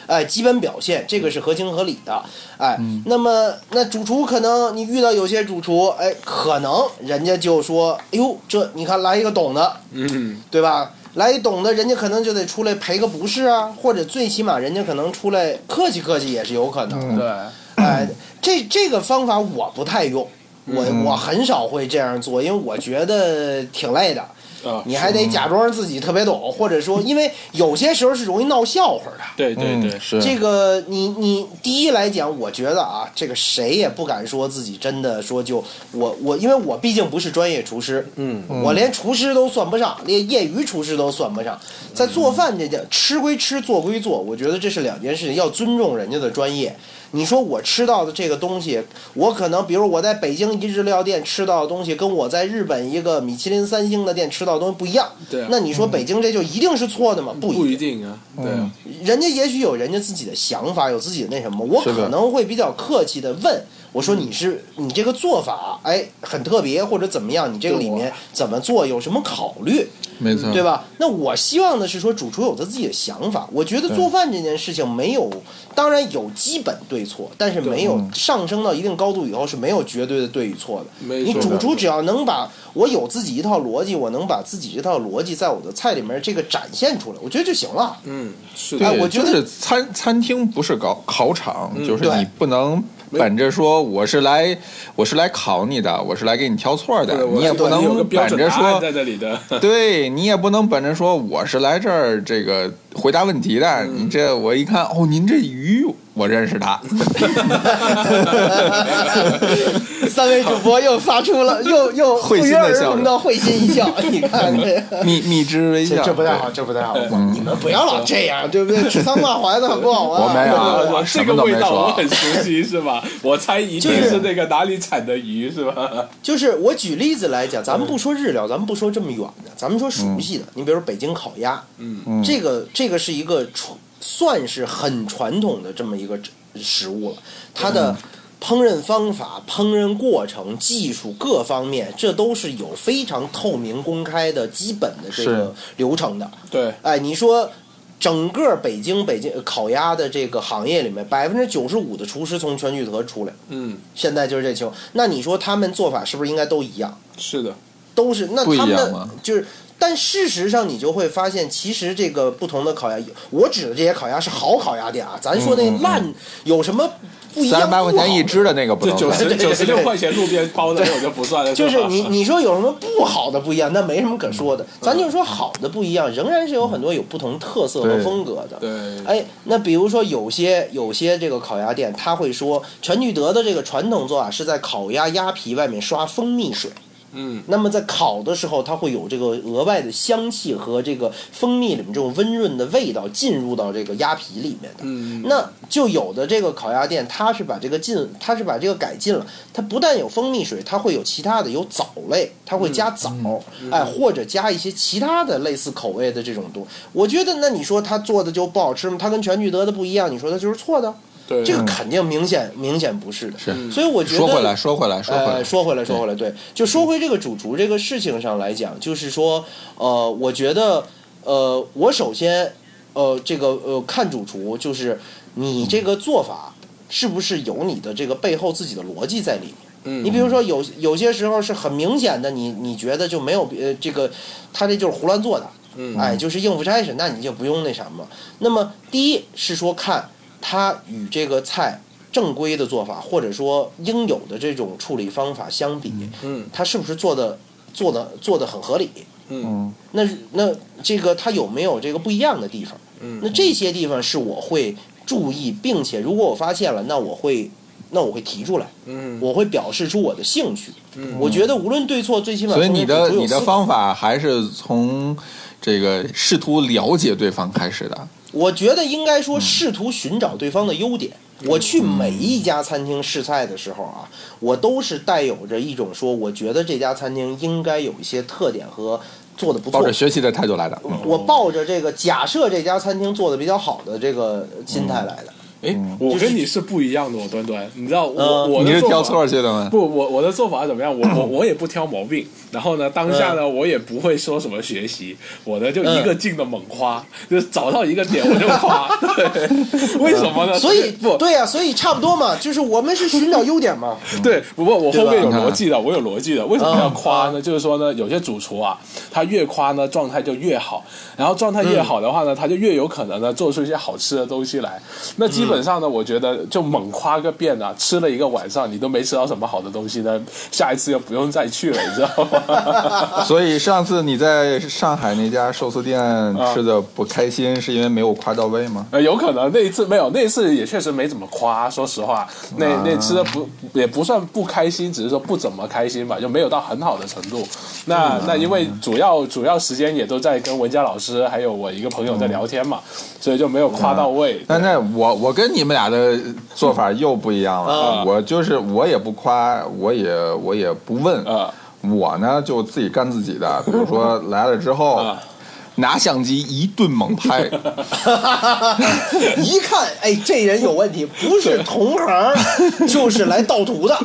哎，基本表现这个是合情合理的，哎，那么那主厨可能你遇到有些主厨，哎，可能人家就说，哎呦，这你看来一个懂的，嗯，对吧？来一懂的，人家可能就得出来赔个不是啊，或者最起码人家可能出来客气客气也是有可能的。对，哎，这这个方法我不太用，我我很少会这样做，因为我觉得挺累的。啊，你还得假装自己特别懂，或者说，因为有些时候是容易闹笑话的。对对对，嗯是这个你你第一来讲，我觉得啊，这个谁也不敢说自己真的说就我我，因为我毕竟不是专业厨师，嗯，我连厨师都算不上，连业余厨师都算不上。在做饭这件，吃归吃，做归做，我觉得这是两件事情，要尊重人家的专业。你说我吃到的这个东西，我可能比如我在北京一日料店吃到的东西，跟我在日本一个米其林三星的店吃到的东西不一样。对啊那你说北京这就一定是错的吗？不不一定啊，对嗯啊，人家也许有人家自己的想法，有自己的那什么，我是的可能会比较客气的问，我说你是你这个做法，哎，很特别或者怎么样，你这个里面怎么做，有什么考虑，没错，对？吧？那我希望的是说，主厨有他自己的想法。我觉得做饭这件事情没有，当然有基本对错，但是没有上升到一定高度以后是没有绝对的对与错的。没你错主厨只要能把我有自己一套逻辑，我能把自己这套逻辑在我的菜里面这个展现出来，我觉得就行了。嗯，是对，哎我觉就得嗯是餐餐厅不是考考场，就是对你不能本着说我是来我是来考你的，我是来给你挑错的，对我你也不我有个能标本准着答案说在这里的，对你也不能本着说我是来这儿这个回答问题的，嗯你这我一看哦，您这鱼我认识 它， 三位主播又发出了又又会不心约的而笑同容的会心一笑，你看这。蜜蜜汁微这笑，这不太好，对。嗯这不太好。你们不要老这样，对不对？指桑骂槐的很不好啊。我没有啊哇我 这什个么都没味道说啊我很熟悉，是吧？我猜一就定是是那个哪里产的鱼，是吧？就是我举例子来讲，咱们不说日料，咱们不说这么远的，咱们说熟悉的。你比如北京烤鸭，嗯，这个这个是一个传算是很传统的这么一个食物了，它的。烹饪方法、烹饪过程、技术各方面，这都是有非常透明、公开的基本的这个流程的。对，哎，你说整个北京北京呃烤鸭的这个行业里面，百分之九十五的厨师从全聚德出来，嗯，现在就是这情况。那你说他们做法是不是应该都一样？是的，都是那不一他们样的吗就是，但事实上你就会发现，其实这个不同的烤鸭，有我指的这些烤鸭是好烤鸭店啊，咱说那烂、有什么不嗯一三样？十八块钱一只的的。那个不这能九 算，十对对九十对六对块钱路边包的那我就不算了，就是吧你你说有什么不好的不一样，那没什么可说嗯的。咱就说好的不一样，仍然是有很多有不同特色和对风格的。对，哎，那比如说有些有些这个烤鸭店，他会说全聚德的这个传统做法是在烤鸭鸭皮外面刷蜂蜜水，嗯，那么在烤的时候，它会有这个额外的香气和这个蜂蜜里面这种温润的味道进入到这个鸭皮里面的。嗯，那就有的这个烤鸭店，它是把这个进，它是把这个改进了。它不但有蜂蜜水，它会有其他的，有藻类，它会嗯加藻，哎，或者加一些其他的类似口味的这种东西。我觉得，那你说它做的就不好吃吗？它跟全聚德的不一样，你说它就是错的？对，这个肯定明显明显不是的。是所以我觉得说回来，说回来，说回来呃，，说回来，说回来，对，就说回这个主厨这个事情上来讲，就是说，呃，我觉得，呃，我首先，呃，这个呃，看主厨就是你这个做法是不是有你的这个背后自己的逻辑在里面。嗯你比如说有有些时候是很明显的，你你觉得就没有呃这个，他这就是胡乱做的，嗯哎，就是应付差事，那你就不用那什么。那么第一是说看它与这个菜正规的做法，或者说应有的这种处理方法相比，嗯它是不是做的做的做的很合理？嗯嗯那那这个它有没有这个不一样的地方？那嗯这些地方是我会注意，并且如果我发现了，那我会那我会提出来，嗯，我会表示出我的兴趣。嗯我觉得无论对错，最起码所以你的中你间的主有思考，方法还是从这个试图了解对方开始的。我觉得应该嗯说试图寻找对方的优点。我去每一家餐厅试菜的时候啊，我都是带有着一种说，我觉得这家餐厅应该有一些特点和做的不错抱着学习的态度来的，我抱着这个假设这家餐厅做的比较好的这个心态来的。哎，我跟你是不一样的，我端端，你知道我嗯我嗯你的是做挑法错去的吗？不，我我的做法怎么样？我 我我也不挑毛病。然后呢，当下嗯呢，我也不会说什么学习，我呢就一个劲的猛夸，就是找到一个点我就夸。 对，为什嗯么呢？所以不对呀、所以差不多嘛，就是我们是寻找优点 嘛。对，不过嗯我对后吧嗯面有逻辑的，我有逻辑的。为什么要夸呢？就是说呢，有些主厨啊，他越夸呢，状态就越好，然后状态越好的话呢，他就越有可能呢做出一些好吃的东西来。那基本上呢，我觉得就猛夸个遍啊，吃了一个晚上，你都没吃到什么好的东西呢，下一次就不用再去了，你知道吗？ 所以上次你在上海那家寿司店啊吃的不开心，是因为没有夸到位吗？呃，有可能那一次没有，那一次也确实没怎么夸，说实话，那啊那吃的不也不算不开心，只是说不怎么开心吧，就没有到很好的程度。那嗯那因为主要主要时间也都在跟文佳老师还有我一个朋嗯友在聊天嘛，所以就没有啊夸到位。但那我我跟你们俩的做法又不一样了，嗯我就是我也不夸，我也我也不问，呃，我呢就自己干自己的。比如说来了之后啊，拿相机一顿猛 拍，一看，哎，这人有问题，不是同行，就是来盗图的，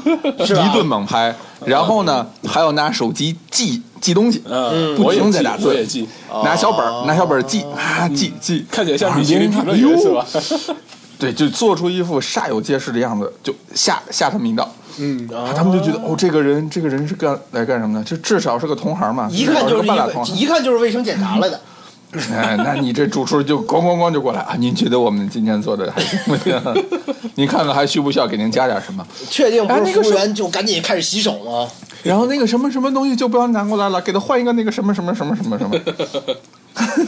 是 吧？一顿猛拍，然后呢还要拿手机记记东西，嗯不我也停在记打我也字，记，拿小本儿拿小本儿记啊记记，看起来像啊米其林别人看评论员哎呦是吧？对，就做出一副煞有介事的样子，就吓吓他们一跳。嗯，啊，他们就觉得哦，这个人，这个人是干来干什么的？这至少是个同行嘛，一看至少就是个一半拉个同行。一看就是卫生检查来的。哎，那你这主厨就咣咣咣就过来啊！您觉得我们今天做的还行不 行？您看看还需不需要给您加点什么？ 确定不哎啊是那个服务是员就赶紧开始洗手 吗？然后那个什么什么东西就不要拿过来了，给他换一个那个什么什么什么什么 什么。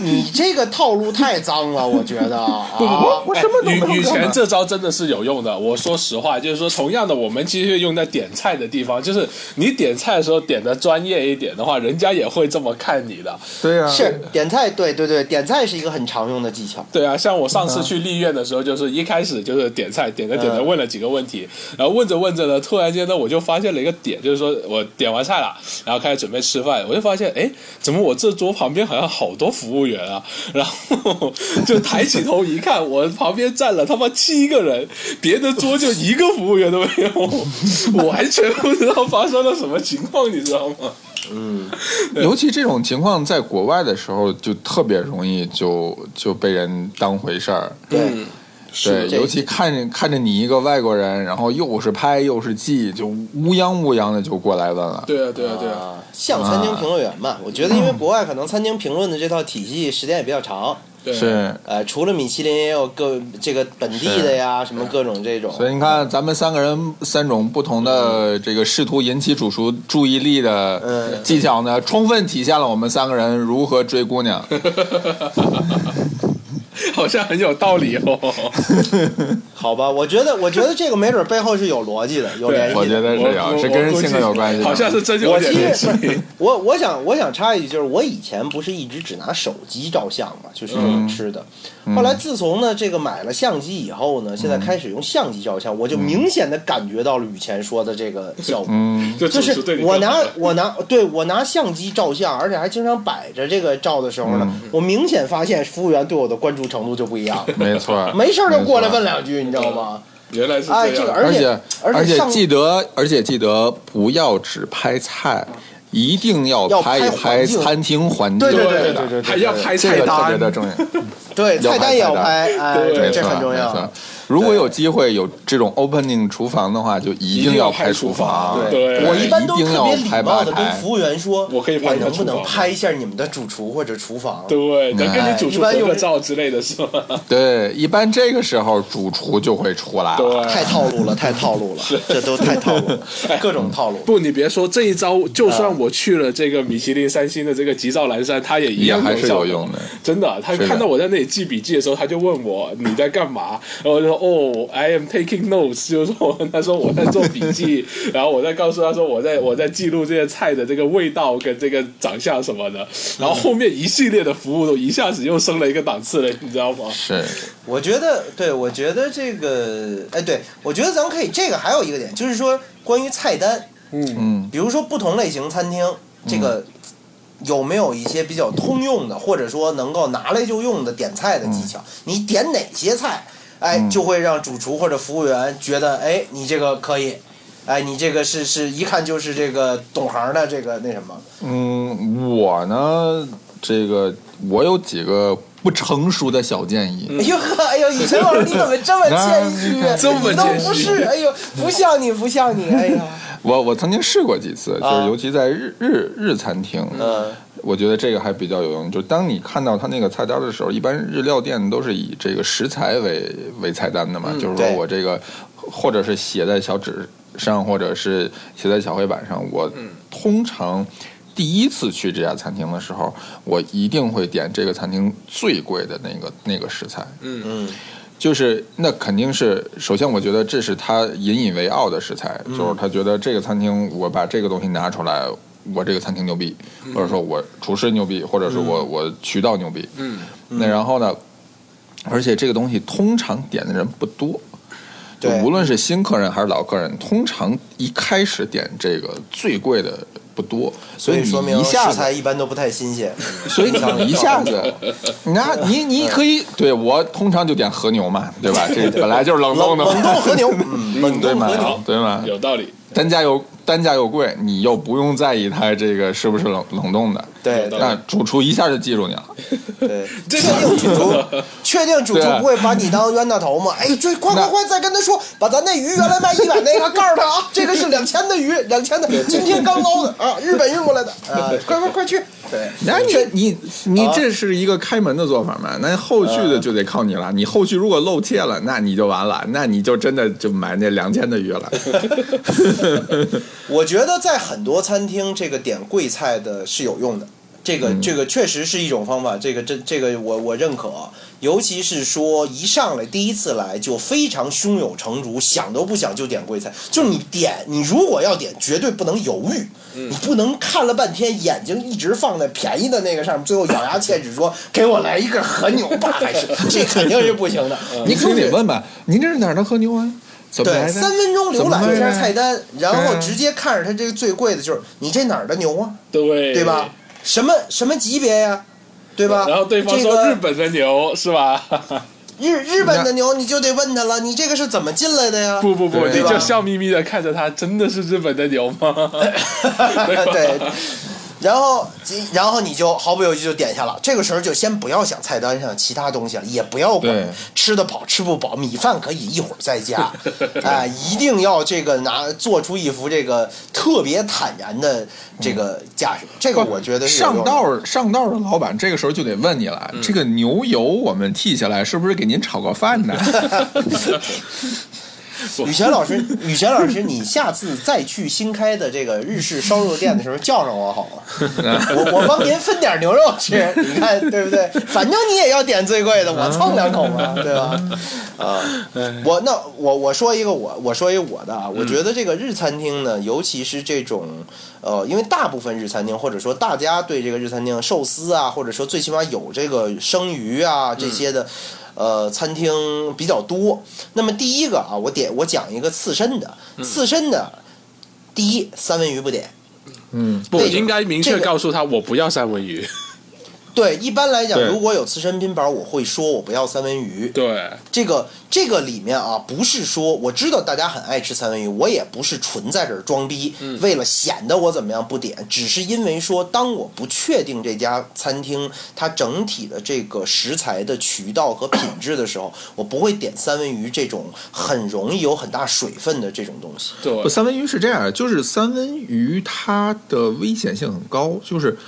你这个套路太脏了，我觉得 啊哦我。我什么都没有干雨雨嘛前这招真的是有用的。我说实话，就是说，同样的，我们其实用在点菜的地方，就是你点菜的时候点的专业一点的话，人家也会这么看你的。对呀、是点菜，对对对，点菜是一个很常用的技巧。对啊，像我上次去丽苑的时候，就是一开始就是点菜，点着点着嗯问了几个问题，然后问着问着呢，突然间呢，我就发现了一个点，就是说我点完菜了，然后开始准备吃饭，我就发现，哎，怎么我这桌旁边好像好多服务员啊？然后就抬起头一看，我旁边站了他妈七个人，别的桌就一个服务员都没有，我完全不知道发生了什么情况，你知道吗？尤其这种情况在国外的时候，就特别容易就就被人当回事儿。对，嗯对，这尤其看着看着你一个外国人，然后又是拍又是记，就乌泱乌泱的就过来问了。对啊，对啊，对啊。啊，像餐厅评论员嘛，我觉得因为国外可能餐厅评论的这套体系时间也比较长，对啊是，呃，除了米其林也有各这个本地的呀，什么各种这种，所以你看，咱们三个人三种不同的这个试图引起主厨注意力的嗯技巧呢，充分体现了我们三个人如何追姑娘。好像很有道理哦。好吧？我觉得，我觉得这个没准背后是有逻辑的，有联我系觉的。得是我有，是跟人性格有关系的。好像 是真有我点其实联系。我我想我想插一句，就是我以前不是一直只拿手机照相嘛，就是这种吃的。后来自从呢这个买了相机以后呢，现在开始用相机照相，我就明显的感觉到了雨前说的这个效果。嗯，。就就主持对是你我更拿好了我拿对我拿相机照相，而且还经常摆着这个照的时候呢，我明显发现服务员对我的关注程度就不一样了没 错，没事儿就过来问没错。两句，你知道吗？原来是这样。哎，这个而且而而且上记得，而且记得不要只拍菜，一定要要拍一拍环拍境餐厅环境。对对对对对对对还要拍这菜个特单别。的重要。对要菜单拍也菜要单拍，哎，对这没这错很重没错要。如果有机会有这种 opening 厨房的话，就一定要拍厨房。对，对我一般都一定特要别礼拍貌吧的跟台服务员说，哎我可以拍一下能不能厨房拍一下你们的主厨或者厨房？对，能跟哎你主一厨般合用个照之类的是吧？对，一般这个时候主厨就会出来了。对，太套路了，太套路了，这都太套路 了，哎各种套路。不，你别说这一招，就嗯算我去了这个米其林三星的这个急兆蓝山，他也一也样还是效有的用的。真的，他是的看到我在那里记笔记的时候，他就问我你在干嘛，然后我就说哦，I am taking notes，就是我跟他说我在做笔 记，然后我在告诉他说我在我在记录这些菜的这个味道跟这个长相什么的，然后后面一系列的服务都一下子又升了一个档次了，你知道吗？是，我觉得，对我觉得这个，哎，对我觉得咱们可以，这个还有一个点就是说关于菜单，嗯比如说不同类型餐厅，这个有没有一些比较通用的，或者说能够拿来就用的点菜的技巧？你点哪些菜，哎，就会让主厨或者服务员觉得，哎，你这个可以，哎，你这个是是一看就是这个懂行的这个那什么，嗯，我呢，这个我有几个不成熟的小建议。哎呦呵，哎呦，以晨老师你怎么这么谦虚啊？这么你都不谦虚是，哎呦，不像你，不像你，哎呀，我我曾经试过几次，就啊是尤其在日日日餐厅，嗯我觉得这个还比较有用。就当你看到它那个菜单的时候，一般日料店都是以这个食材为为菜单的嘛，就是说嗯对我这个或者是写在小纸上，或者是写在小黑板上。我嗯通常第一次去这家餐厅的时候，我一定会点这个餐厅最贵的那个那个食材。嗯，就是那肯定是，首先我觉得这是他引以为傲的食材，嗯就是他觉得这个餐厅我把这个东西拿出来，我这个餐厅牛逼，嗯或者说我厨师牛逼，或者是我、我渠道牛逼。嗯，那然后呢，而且这个东西通常点的人不多，就对无论是新客人还是老客人，通常一开始点这个最贵的不多，所所以以说你明一食下子材一般都不太新鲜，所以你一下 子，那你你可以对我通常就点和牛嘛，对吧？ 这本来就是冷冻冷的冷冻嘛，和牛，嗯，冷对冻和牛。嘛， 对嘛，有道理。单价又单价又贵，你又不用在意它这个是不是冷冷冻的，对有道对理那主厨一下就记住你了。对，这确定个主厨，确定主厨对不会把你当冤大头吗？哎，这快那快快，再跟他说，把咱那鱼原来卖一百那个，告诉他啊，这个是两千的鱼，两千的，今天刚捞的啊，日本运过来的啊，快快快去！对，那你这你你啊这是一个开门的做法嘛？那后续的就得靠你啊了。你后续如果露怯了，那你就完了，那你就真的就买那两千的鱼 了。我觉得在很多餐厅，这个点贵菜的是有用的。这个这个确实是一种方法，这个这这个我我认可，尤其是说一上来第一次来就非常胸有成竹，想都不想就点贵菜，就你点你如果要点，绝对不能犹豫，你不能看了半天眼睛一直放在便宜的那个上面，最后咬牙切齿说给我来一个和牛吧，还是这肯定是不行的，您可得问吧，您这是哪儿的和牛啊？怎么来对，的？三分钟浏览一下菜单，然对后啊直接看着它这个最贵的就是你这哪儿的牛啊，对，对吧？？什么什么级别呀、对吧？然后对方这说个日本的牛 是吧？日日本的牛，你就得问他了，你这个是怎么进来的呀？不不不，对你吧就笑眯眯的看着他，真的是日本的牛吗？ 对对吧，然后然后你就毫不犹豫就点下了。这个时候就先不要想菜单上其他东西了，也不要管对吃得饱吃不饱，米饭可以一会儿再加，哎，一定要这个拿做出一副这个特别坦然的这个架势。这个我觉得是有上用的道儿上道儿的老板这个时候就得问你了，这个牛油我们剔下来是不是给您炒个饭呢？雨泉老师，雨泉老师，你下次再去新开的这个日式烧肉店的时候，叫上我好吗？我我帮您分点牛肉吃，你看对不对？反正你也要点最贵的，我蹭两口嘛，对吧？啊、我那我我说一个我我说一个我的啊，我觉得这个日餐厅呢，尤其是这种呃，因为大部分日餐厅或者说大家对这个日餐厅寿司啊，或者说最起码有这个生鱼啊这些的。呃，餐厅比较多。那么第一个啊，我点我讲一个刺身的，刺身的，第一三文鱼不点，嗯，不这个应该明确这个告诉他我不要三文鱼。对，一般来讲，对如果有刺身拼盘，我会说我不要三文鱼。对，这个这个里面啊，不是说我知道大家很爱吃三文鱼，我也不是纯在这儿装逼，嗯为了显得我怎么样不点，只是因为说，当我不确定这家餐厅它整体的这个食材的渠道和品质的时候，我不会点三文鱼这种很容易有很大水分的这种东西。对 不，，三文鱼是这样，就是三文鱼它的危险性很高，就是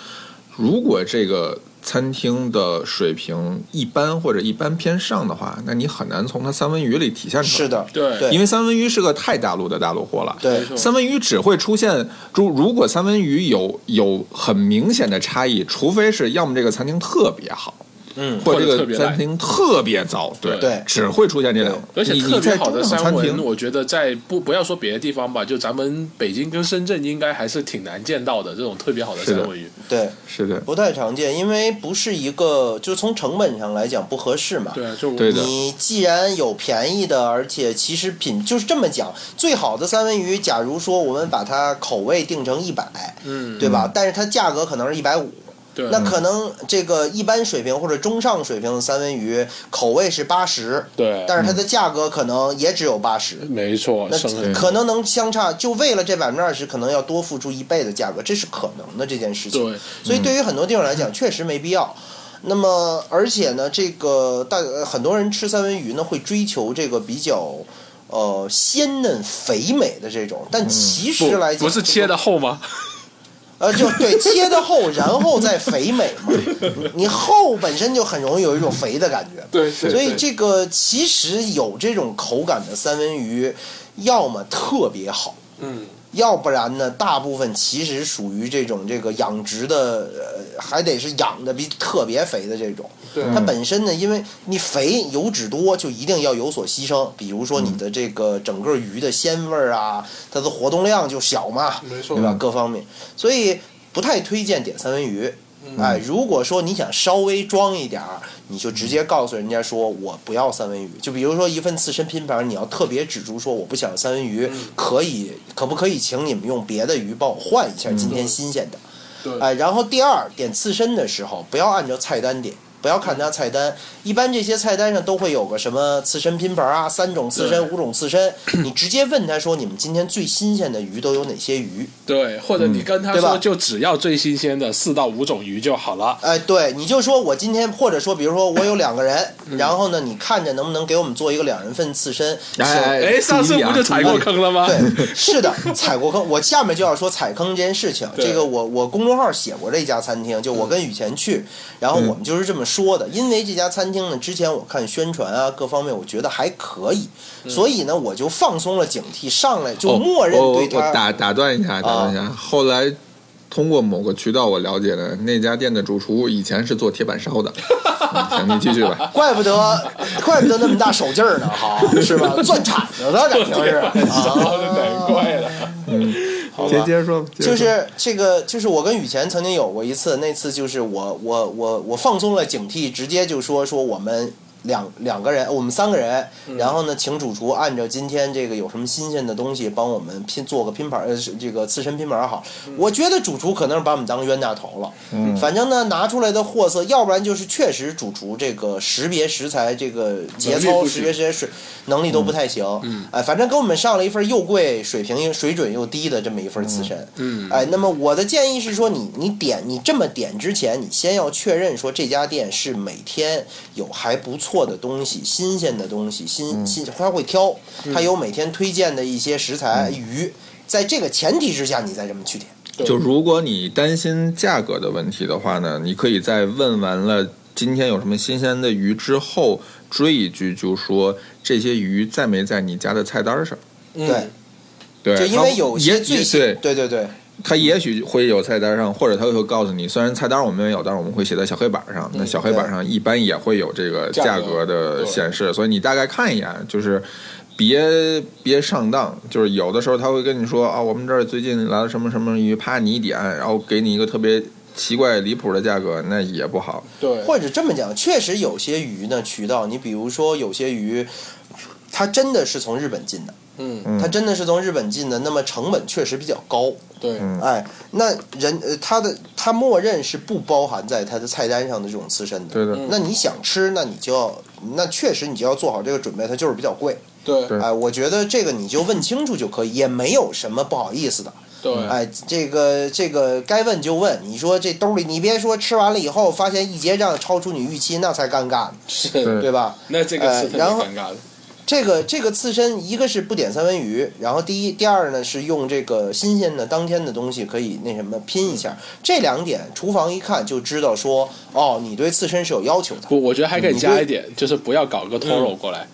如果这个餐厅的水平一般或者一般偏上的话，那你很难从它三文鱼里体现出来。是的，对对因为三文鱼是个太大陆的大陆货了。对没错三文鱼只会出现，如如果三文鱼有有很明显的差异，除非是要么这个餐厅特别好，嗯或者或者特这别个烂餐厅特别糟，对对只会出现这两种。而且你特你别在好的中等三餐文，厅，我觉得在不不要说别的地方吧，就咱们北京跟深圳应该还是挺难见到的这种特别好的是三的文鱼。对。是的，不太常见，因为不是一个，就是从成本上来讲不合适嘛。对啊，就对的你既然有便宜的，而且其实品就是这么讲，最好的三文鱼，假如说我们把它口味定成一百，嗯，对吧？但是它价格可能是一百五，对，那可能这个一般水平或者中上水平的三文鱼口味是八十，对，嗯但是它的价格可能也只有八十。没错，那生很可能能相差，就为了这百分之二十，可能要多付出一倍的价格，这是可能的这件事情。对，所以对于很多地方来讲，确实没必要。那么，而且呢，这个大呃很多人吃三文鱼呢，会追求这个比较呃鲜嫩肥美的这种，但其实来讲、不不是切的厚吗？呃，就对切的厚，然后再肥美 嘛。你厚本身就很容易有一种肥的感觉，对，所以这个其实有这种口感的三文鱼，要么特别好。嗯，要不然呢，大部分其实属于这种这个养殖的，呃，还得是养的比特别肥的这种。对它本身呢，因为你肥油脂多，就一定要有所牺牲，比如说你的这个整个鱼的鲜味儿啊，它的活动量就小嘛，没错对吧？嗯各方面，所以不太推荐点三文鱼。嗯哎，如果说你想稍微装一点儿，你就直嗯接告诉人家说我不要三文鱼。就比如说一份刺身拼盘，你要特别指出说我不想要三文鱼，嗯可以可不可以请你们用别的鱼帮我换一下今天新鲜的？嗯对哎，然后第二点刺身的时候，不要按照菜单点，不要看它菜单，一般这些菜单上都会有个什么刺身拼盘啊，三种刺身、对五种刺身，你直接问他说你们今天最新鲜的鱼都有哪些鱼？对，嗯或者你跟他对吧说就只要最新鲜的四到五种鱼就好了。哎，对，你就说我今天，或者说比如说我有两个人，嗯然后呢，你看着能不能给我们做一个两人份刺身？行哎哎，上次注意啊不就踩过坑了吗？对，是的，踩过坑。我下面就要说踩坑这件事情。对这个我我公众号写过这家餐厅，嗯就我跟雨前去，然后我们就是这么说的。因为这家餐厅呢，之前我看宣传啊各方面，我觉得还可以，所以呢我就放松了警惕，上来就嗯哦默认我对我我他。啊打打断一下，打断一下。后来通过某个渠道我了解的，那家店的主厨以前是做铁板烧 的。嗯行，你继续吧。怪不得，怪不得那么大手劲儿呢，好是 吧？攥铲子的感觉是 烧的啊难。怪了。好接吧，接着说吧，接着说就是这个，就是我跟雨前曾经有过一次，那次就是我我我我放松了警惕，直接就说说我们两两个人，我们三个人，然后呢，请主厨按照今天这个有什么新鲜的东西，帮我们拼做个拼盘，呃，是这个刺身拼盘好。我觉得主厨可能是把我们当冤大头了，反正呢拿出来的货色，要不然就是确实主厨这个识别食材这个节能力操不识行别这些水能力都不太行，嗯，哎，反正给我们上了一份又贵、水平又水准又低的这么一份刺身，嗯，哎，那么我的建议是说你，你点你这么点之前，你先要确认说这家店是每天有还不错的东西、新鲜的东西、新新，他会挑，他有每天推荐的一些食材、鱼，在这个前提之下，你再这么去点，就如果你担心价格的问题的话呢，你可以在问完了今天有什么新鲜的鱼之后，追一句就说这些鱼在没在你家的菜单上。嗯对，对，就因为有它也些最也新对，对对对，它也许会有菜单上，或者它会告诉你，虽然菜单我们没有，但是我们会写在小黑板上。那小黑板上一般也会有这个价格的显示，所以你大概看一眼，就是别别上当。就是有的时候他会跟你说啊，我们这儿最近来了什么什么鱼，啪你一点，然后给你一个特别奇怪离谱的价格，那也不好。对，或者这么讲，确实有些鱼呢渠道，你比如说有些鱼，它真的是从日本进的，嗯，它真的是从日本进的，那么成本确实比较高。对，嗯哎，那人呃，它的它默认是不包含在它的菜单上的这种刺身的。对的，那你想吃，那你就要，那确实你就要做好这个准备，它就是比较贵。对，对哎，我觉得这个你就问清楚就可以，也没有什么不好意思的。嗯对，哎，这个这个该问就问。你说这兜里，你别说吃完了以后发现一结账超出你预期，那才尴尬呢，是，对吧？那这个是特别呃然后尴尬的，这个这个刺身，一个是不点三文鱼，然后第一第二呢是用这个新鲜的当天的东西可以那什么拼一下，这两点厨房一看就知道说哦，你对刺身是有要求的。不，我觉得还可以你加对一点，就是不要嗯搞个 Toro 过来。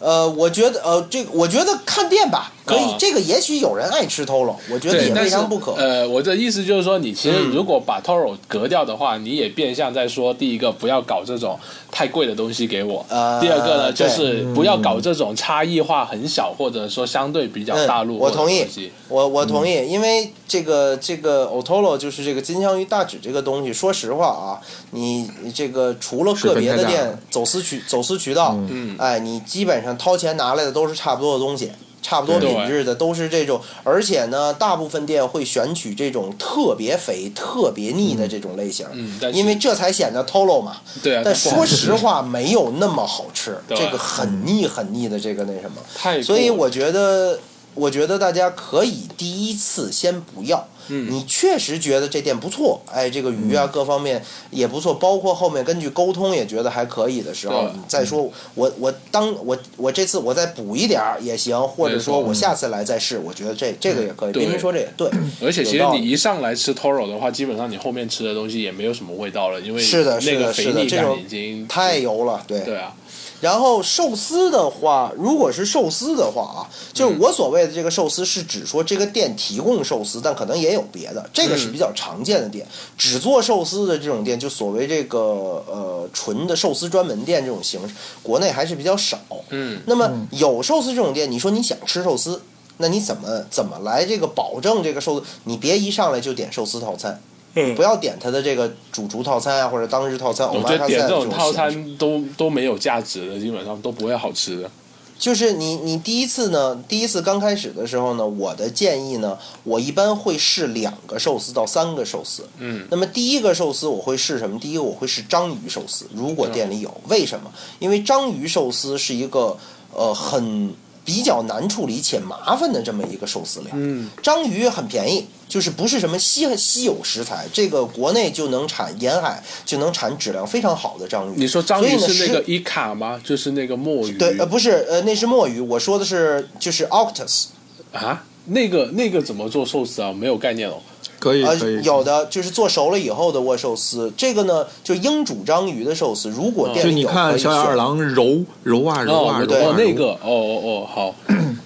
呃，我觉得呃这个我觉得看店吧，可以，啊这个也许有人爱吃 Tolo，我觉得也对，未但是尝不可。呃，我的意思就是说，你其实嗯如果把 Toro 隔掉的话，你也变相在说，第一个不要搞这种太贵的东西给我，呃第二个呢对嗯就是不要搞这种差异化很小或者说相对比较大陆嗯化我的同东意西。嗯我我同意，因为这个这个 otolo 就是这个金枪鱼大指这个东西，说实话啊，你你这个除了个别水分的太大店了走私渠走私渠道，嗯哎，你基本上掏钱拿来的都是差不多的东西。差不多对品质的都是这种，而且呢，大部分店会选取这种特别肥、特别腻的这种类型，嗯但是因为这才显得 tolo 嘛。对啊，但它不好说吃实话，没有那么好吃，对这个很腻、很腻的这个那什么。太过了，所以我觉得，我觉得大家可以第一次先不要。嗯你确实觉得这店不错，哎，这个鱼啊各方面也不错，包括后面根据沟通也觉得还可以的时候对，嗯你再说我我当我我这次我再补一点儿也行，或者没错嗯说我下次来再试，我觉得这这个也可以。对冰冰说这也对，而且其有实道理你一上来吃 Toro 的话，基本上你后面吃的东西也没有什么味道了，因为是的是那的个是肥的腻这感种已经太油了，对。对啊，然后寿司的话，如果是寿司的话啊，就是嗯我所谓的这个寿司，是指说这个店提供寿司，但可能也有别的，这个嗯是比较常见的店。只做寿司的这种店，就所谓这个呃纯的寿司专门店这种形式，国内还是比较少。嗯，那么有寿司这种店，你说你想吃寿司，那你怎么怎么来这个保证这个寿司？你别一上来就点寿司套餐。嗯不要点它的这个主厨套餐啊，或者当日套餐、我偶觉妈套餐啊得点这种种套形式餐都都没有价值的，基本上都不会好吃的。就是你你第一次呢，第一次刚开始的时候呢，我的建议呢，我一般会试两个寿司到三个寿司。嗯，那么第一个寿司我会试什么？第一个我会试章鱼寿司，如果店里有。嗯为什么？因为章鱼寿司是一个呃很比较难处理且麻烦的这么一个寿司料。嗯，章鱼很便宜，就是不是什么稀稀有食材，这个国内就能产，沿海就能产质量非常好的章鱼。你说章所以鱼呢是那食个伊卡吗？就是那个墨鱼？对，呃，不是，呃，那是墨鱼，我说的是就是 octopus，啊，那个那个怎么做寿司啊？没有概念哦。可以呃可以，，有的就是做熟了以后的握寿司，这个呢就鹰煮章鱼的寿司，如果店就里你有可看以小野选二郎揉揉啊揉哦啊，我揉懂啊揉哦啊，那个，哦哦哦，好，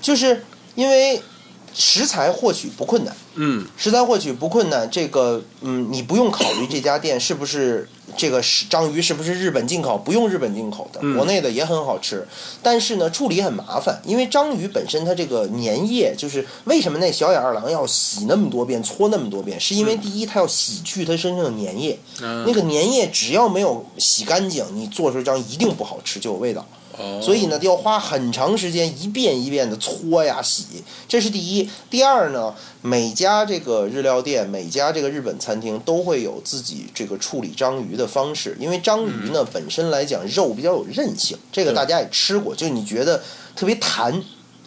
就是因为食材获取不困难，嗯，食材获取不困难，这个嗯，你不用考虑这家店是不是这个是章鱼是不是日本进口，不用日本进口的，国内的也很好吃，但是呢处理很麻烦，因为章鱼本身它这个粘液，就是为什么那小野二郎要洗那么多遍、搓那么多遍，是因为第一它要洗去它身上的粘液，嗯那个粘液只要没有洗干净，你做出来章鱼一定不好吃，就有味道。哦，所以呢，要花很长时间一遍一遍的搓呀洗，这是第一。第二呢，每家这个日料店、每家这个日本餐厅都会有自己这个处理章鱼的方式，因为章鱼呢本身来讲肉比较有韧性，这个嗯对大家也吃过，就你觉得特别弹。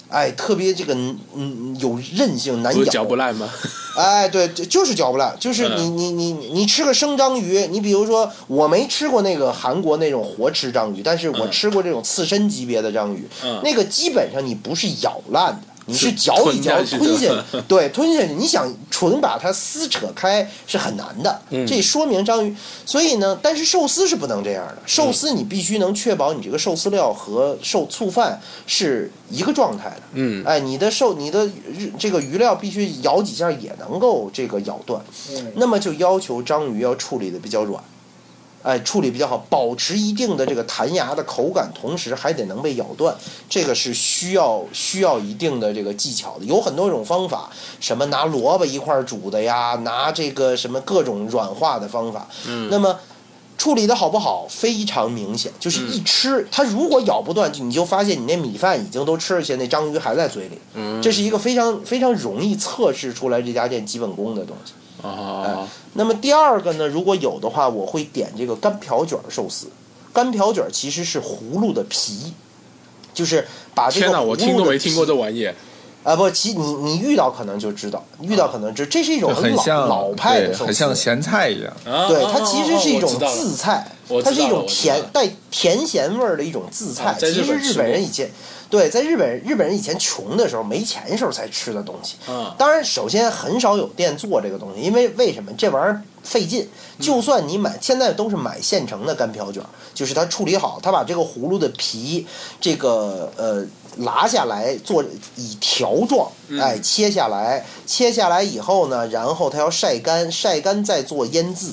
哎，特别这个嗯嗯有韧性，难不是咬嚼，不 烂吗？哎，对，就就是嚼不烂，就是嗯你你你你吃个生章鱼，你比如说我没吃过那个韩国那种活吃章鱼，但是我嗯吃过这种刺身级别的章鱼，嗯那个基本上你不是咬烂的，你是是嚼一嚼吞下去的吞下 去，对，吞下去，你想纯把它撕扯开是很难的，嗯这说明章鱼。所以呢，但是寿司是不能这样的，寿司你必须能确保你这个寿司料和寿醋饭是一个状态的，嗯哎，你的寿你的日这个鱼料必须咬几下也能够这个咬断，那么就要求章鱼要处理的比较软，哎，处理比较好，保持一定的这个弹牙的口感，同时还得能被咬断，这个是需要需要一定的这个技巧的。有很多种方法，什么拿萝卜一块儿煮的呀，拿这个什么各种软化的方法，那么。处理的好不好非常明嗯显，就是一吃它如果咬不断，你就发现你那米饭已经都吃下去，那章鱼还在嘴里。嗯这是一个非常非常容易测试出来这家店基本功的东西。啊，哎那么第二个呢，如果有的话，我会点这个干瓢卷寿司。干瓢卷其实是葫芦的皮，就是把这天个哪，葫芦我的听都没听过皮这玩意，啊，不，其你你遇到可能就知道，遇啊到可能知，这是一种很老像老派的对寿司，很像咸菜一样。啊对，啊它啊其实啊是一我种知道了自菜，我它知道是一了种我知甜道了带甜咸味儿的一种自菜。啊在其日实本日吃本人过以前对在日本日本人以前穷的时候没钱时候才吃的东西。啊当然，首先很少有店做这个东西，因为为什么这玩意儿费劲？嗯就算你买，现在都是买现成的干瓢卷儿，就是它处理好，它把这个葫芦的皮，这个呃拉下来做以条状，嗯哎，切下来，切下来以后呢，然后它要晒干，晒干再做腌制。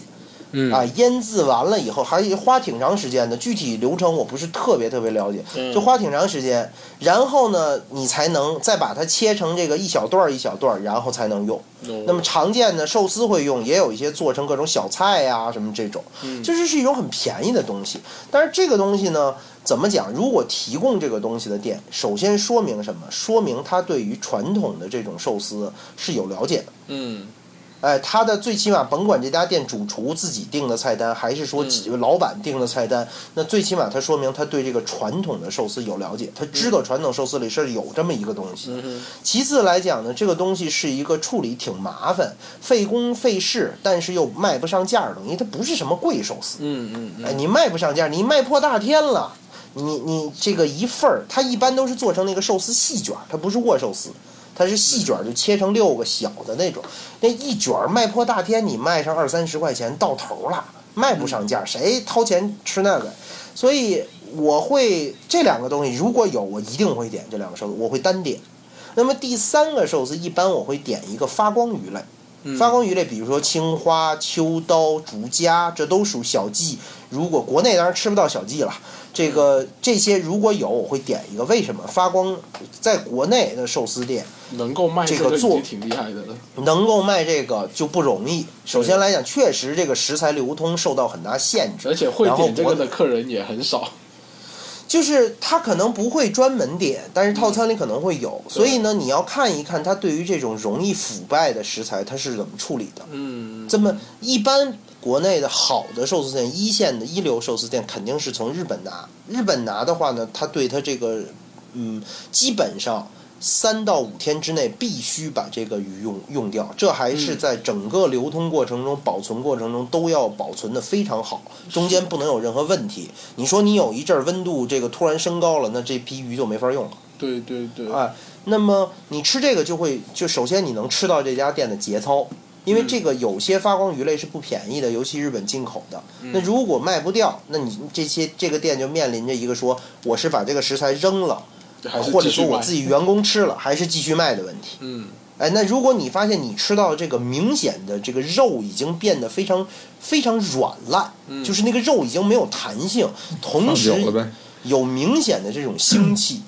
嗯啊，腌制完了以后还花挺长时间的，具体流程我不是特别特别了解，嗯就花挺长时间。然后呢，你才能再把它切成这个一小段儿一小段儿，然后才能用。那么常见的寿司会用，也有一些做成各种小菜呀、什么这种，就是是一种很便宜的东西。但是这个东西呢，怎么讲？如果提供这个东西的店，首先说明什么？说明他对于传统的这种寿司是有了解的。嗯哎，他的最起码甭管这家店主厨自己定的菜单，还是说几老板定的菜单，那最起码他说明他对这个传统的寿司有了解，他知道传统寿司里是有这么一个东西。其次来讲呢，这个东西是一个处理挺麻烦、费工费事，但是又卖不上价的东西，它不是什么贵寿司。嗯嗯嗯哎，你卖不上价，你卖破大天了。你你这个一份儿，它一般都是做成那个寿司细卷儿，它不是握寿司，它是细卷儿，就切成六个小的那种。那一卷儿卖破大天，你卖上二三十块钱，到头了，卖不上嗯价，谁掏钱吃那个？所以我会这两个东西，如果有我一定会点这两个寿司，我会单点。那么第三个寿司，一般我会点一个发光鱼类。嗯，发光鱼类，比如说青花、秋刀、竹夹，这都属小蓟。如果国内当然吃不到小蓟了，这个这些如果有，我会点一个。为什么发光在国内的寿司店能够卖这这个个已做经挺厉害的了，能够卖这个就不容易？首先来讲，确实这个食材流通受到很大限制，而且会然后点这国个的客人也很少。就是他可能不会专门点，但是套餐里可能会有。所以呢，你要看一看他对于这种容易腐败的食材，他是怎么处理的。嗯这么一般国内的好的寿司店，一线的一流寿司店肯定是从日本拿。日本拿的话呢，它对它这个，嗯，基本上三到五天之内必须把这个鱼用用掉，这还是在整个流通过程中、保存过程中都要保存的非常好，中间不能有任何问题。你说你有一阵儿温度这个突然升高了，那这批鱼就没法用了。对对对，哎，那么你吃这个就会，就首先你能吃到这家店的节操，因为这个有些发光鱼类是不便宜的，尤其日本进口的。嗯那如果卖不掉，那你这些这个店就面临着一个说，我是把这个食材扔了，啊还是或者继续说我卖自己员工吃了，还是继续卖的问题。嗯哎，那如果你发现你吃到这个明显的这个肉已经变得非常非常软烂，嗯就是那个肉已经没有弹性，同放时久了呗，有明显的这种腥气，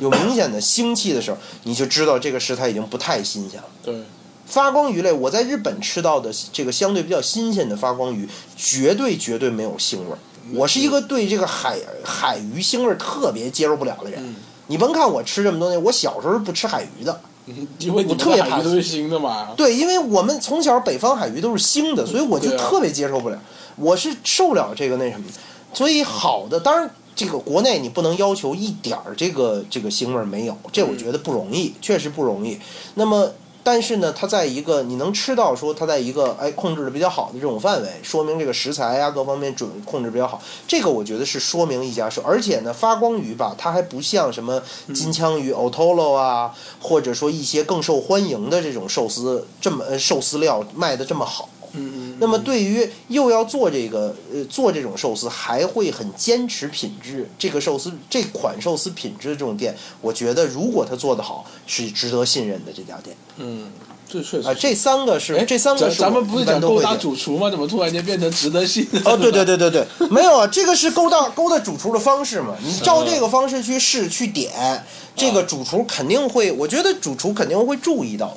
有明显的腥气的时候，你就知道这个食材已经不太新鲜了。对，发光鱼类，我在日本吃到的这个相对比较新鲜的发光鱼，绝对绝对没有腥味儿。嗯我是一个对这个海海鱼腥味儿特别接受不了的人。你甭看我吃这么多年，我小时候是不吃海鱼的。嗯因为你我们特别海怕鱼都是新的嘛，对，因为我们从小北方海鱼都是腥的，所以我就对啊特别接受不了，我是受不了这个那什么。所以好的，当然这个国内你不能要求一点儿这个这个腥味儿没有，这我觉得不容嗯易，确实不容易。那么。但是呢，它在一个你能吃到说它在一个哎控制的比较好的这种范围，说明这个食材啊各方面准控制比较好，这个我觉得是说明一家是，而且呢发光鱼吧，它还不像什么金枪嗯鱼、otolo 啊，或者说一些更受欢迎的这种寿司这么呃寿司料卖的这么好。嗯嗯，那么对于又要做这个呃做这种寿司，还会很坚持品质，这个寿司这款寿司品质的这种店，我觉得如果它做得好，是值得信任的这家店嗯，这确啊、实。这三个是哎，这三个咱是咱我们不一是般讲都勾会搭点。主厨吗？怎么突然间变成值得信任？ 哦，对对对 对对，没有啊，这个是勾搭勾搭主厨的方式嘛？你照这个方式去试去点，这个主厨肯定会，我觉得主厨肯定会注意到的，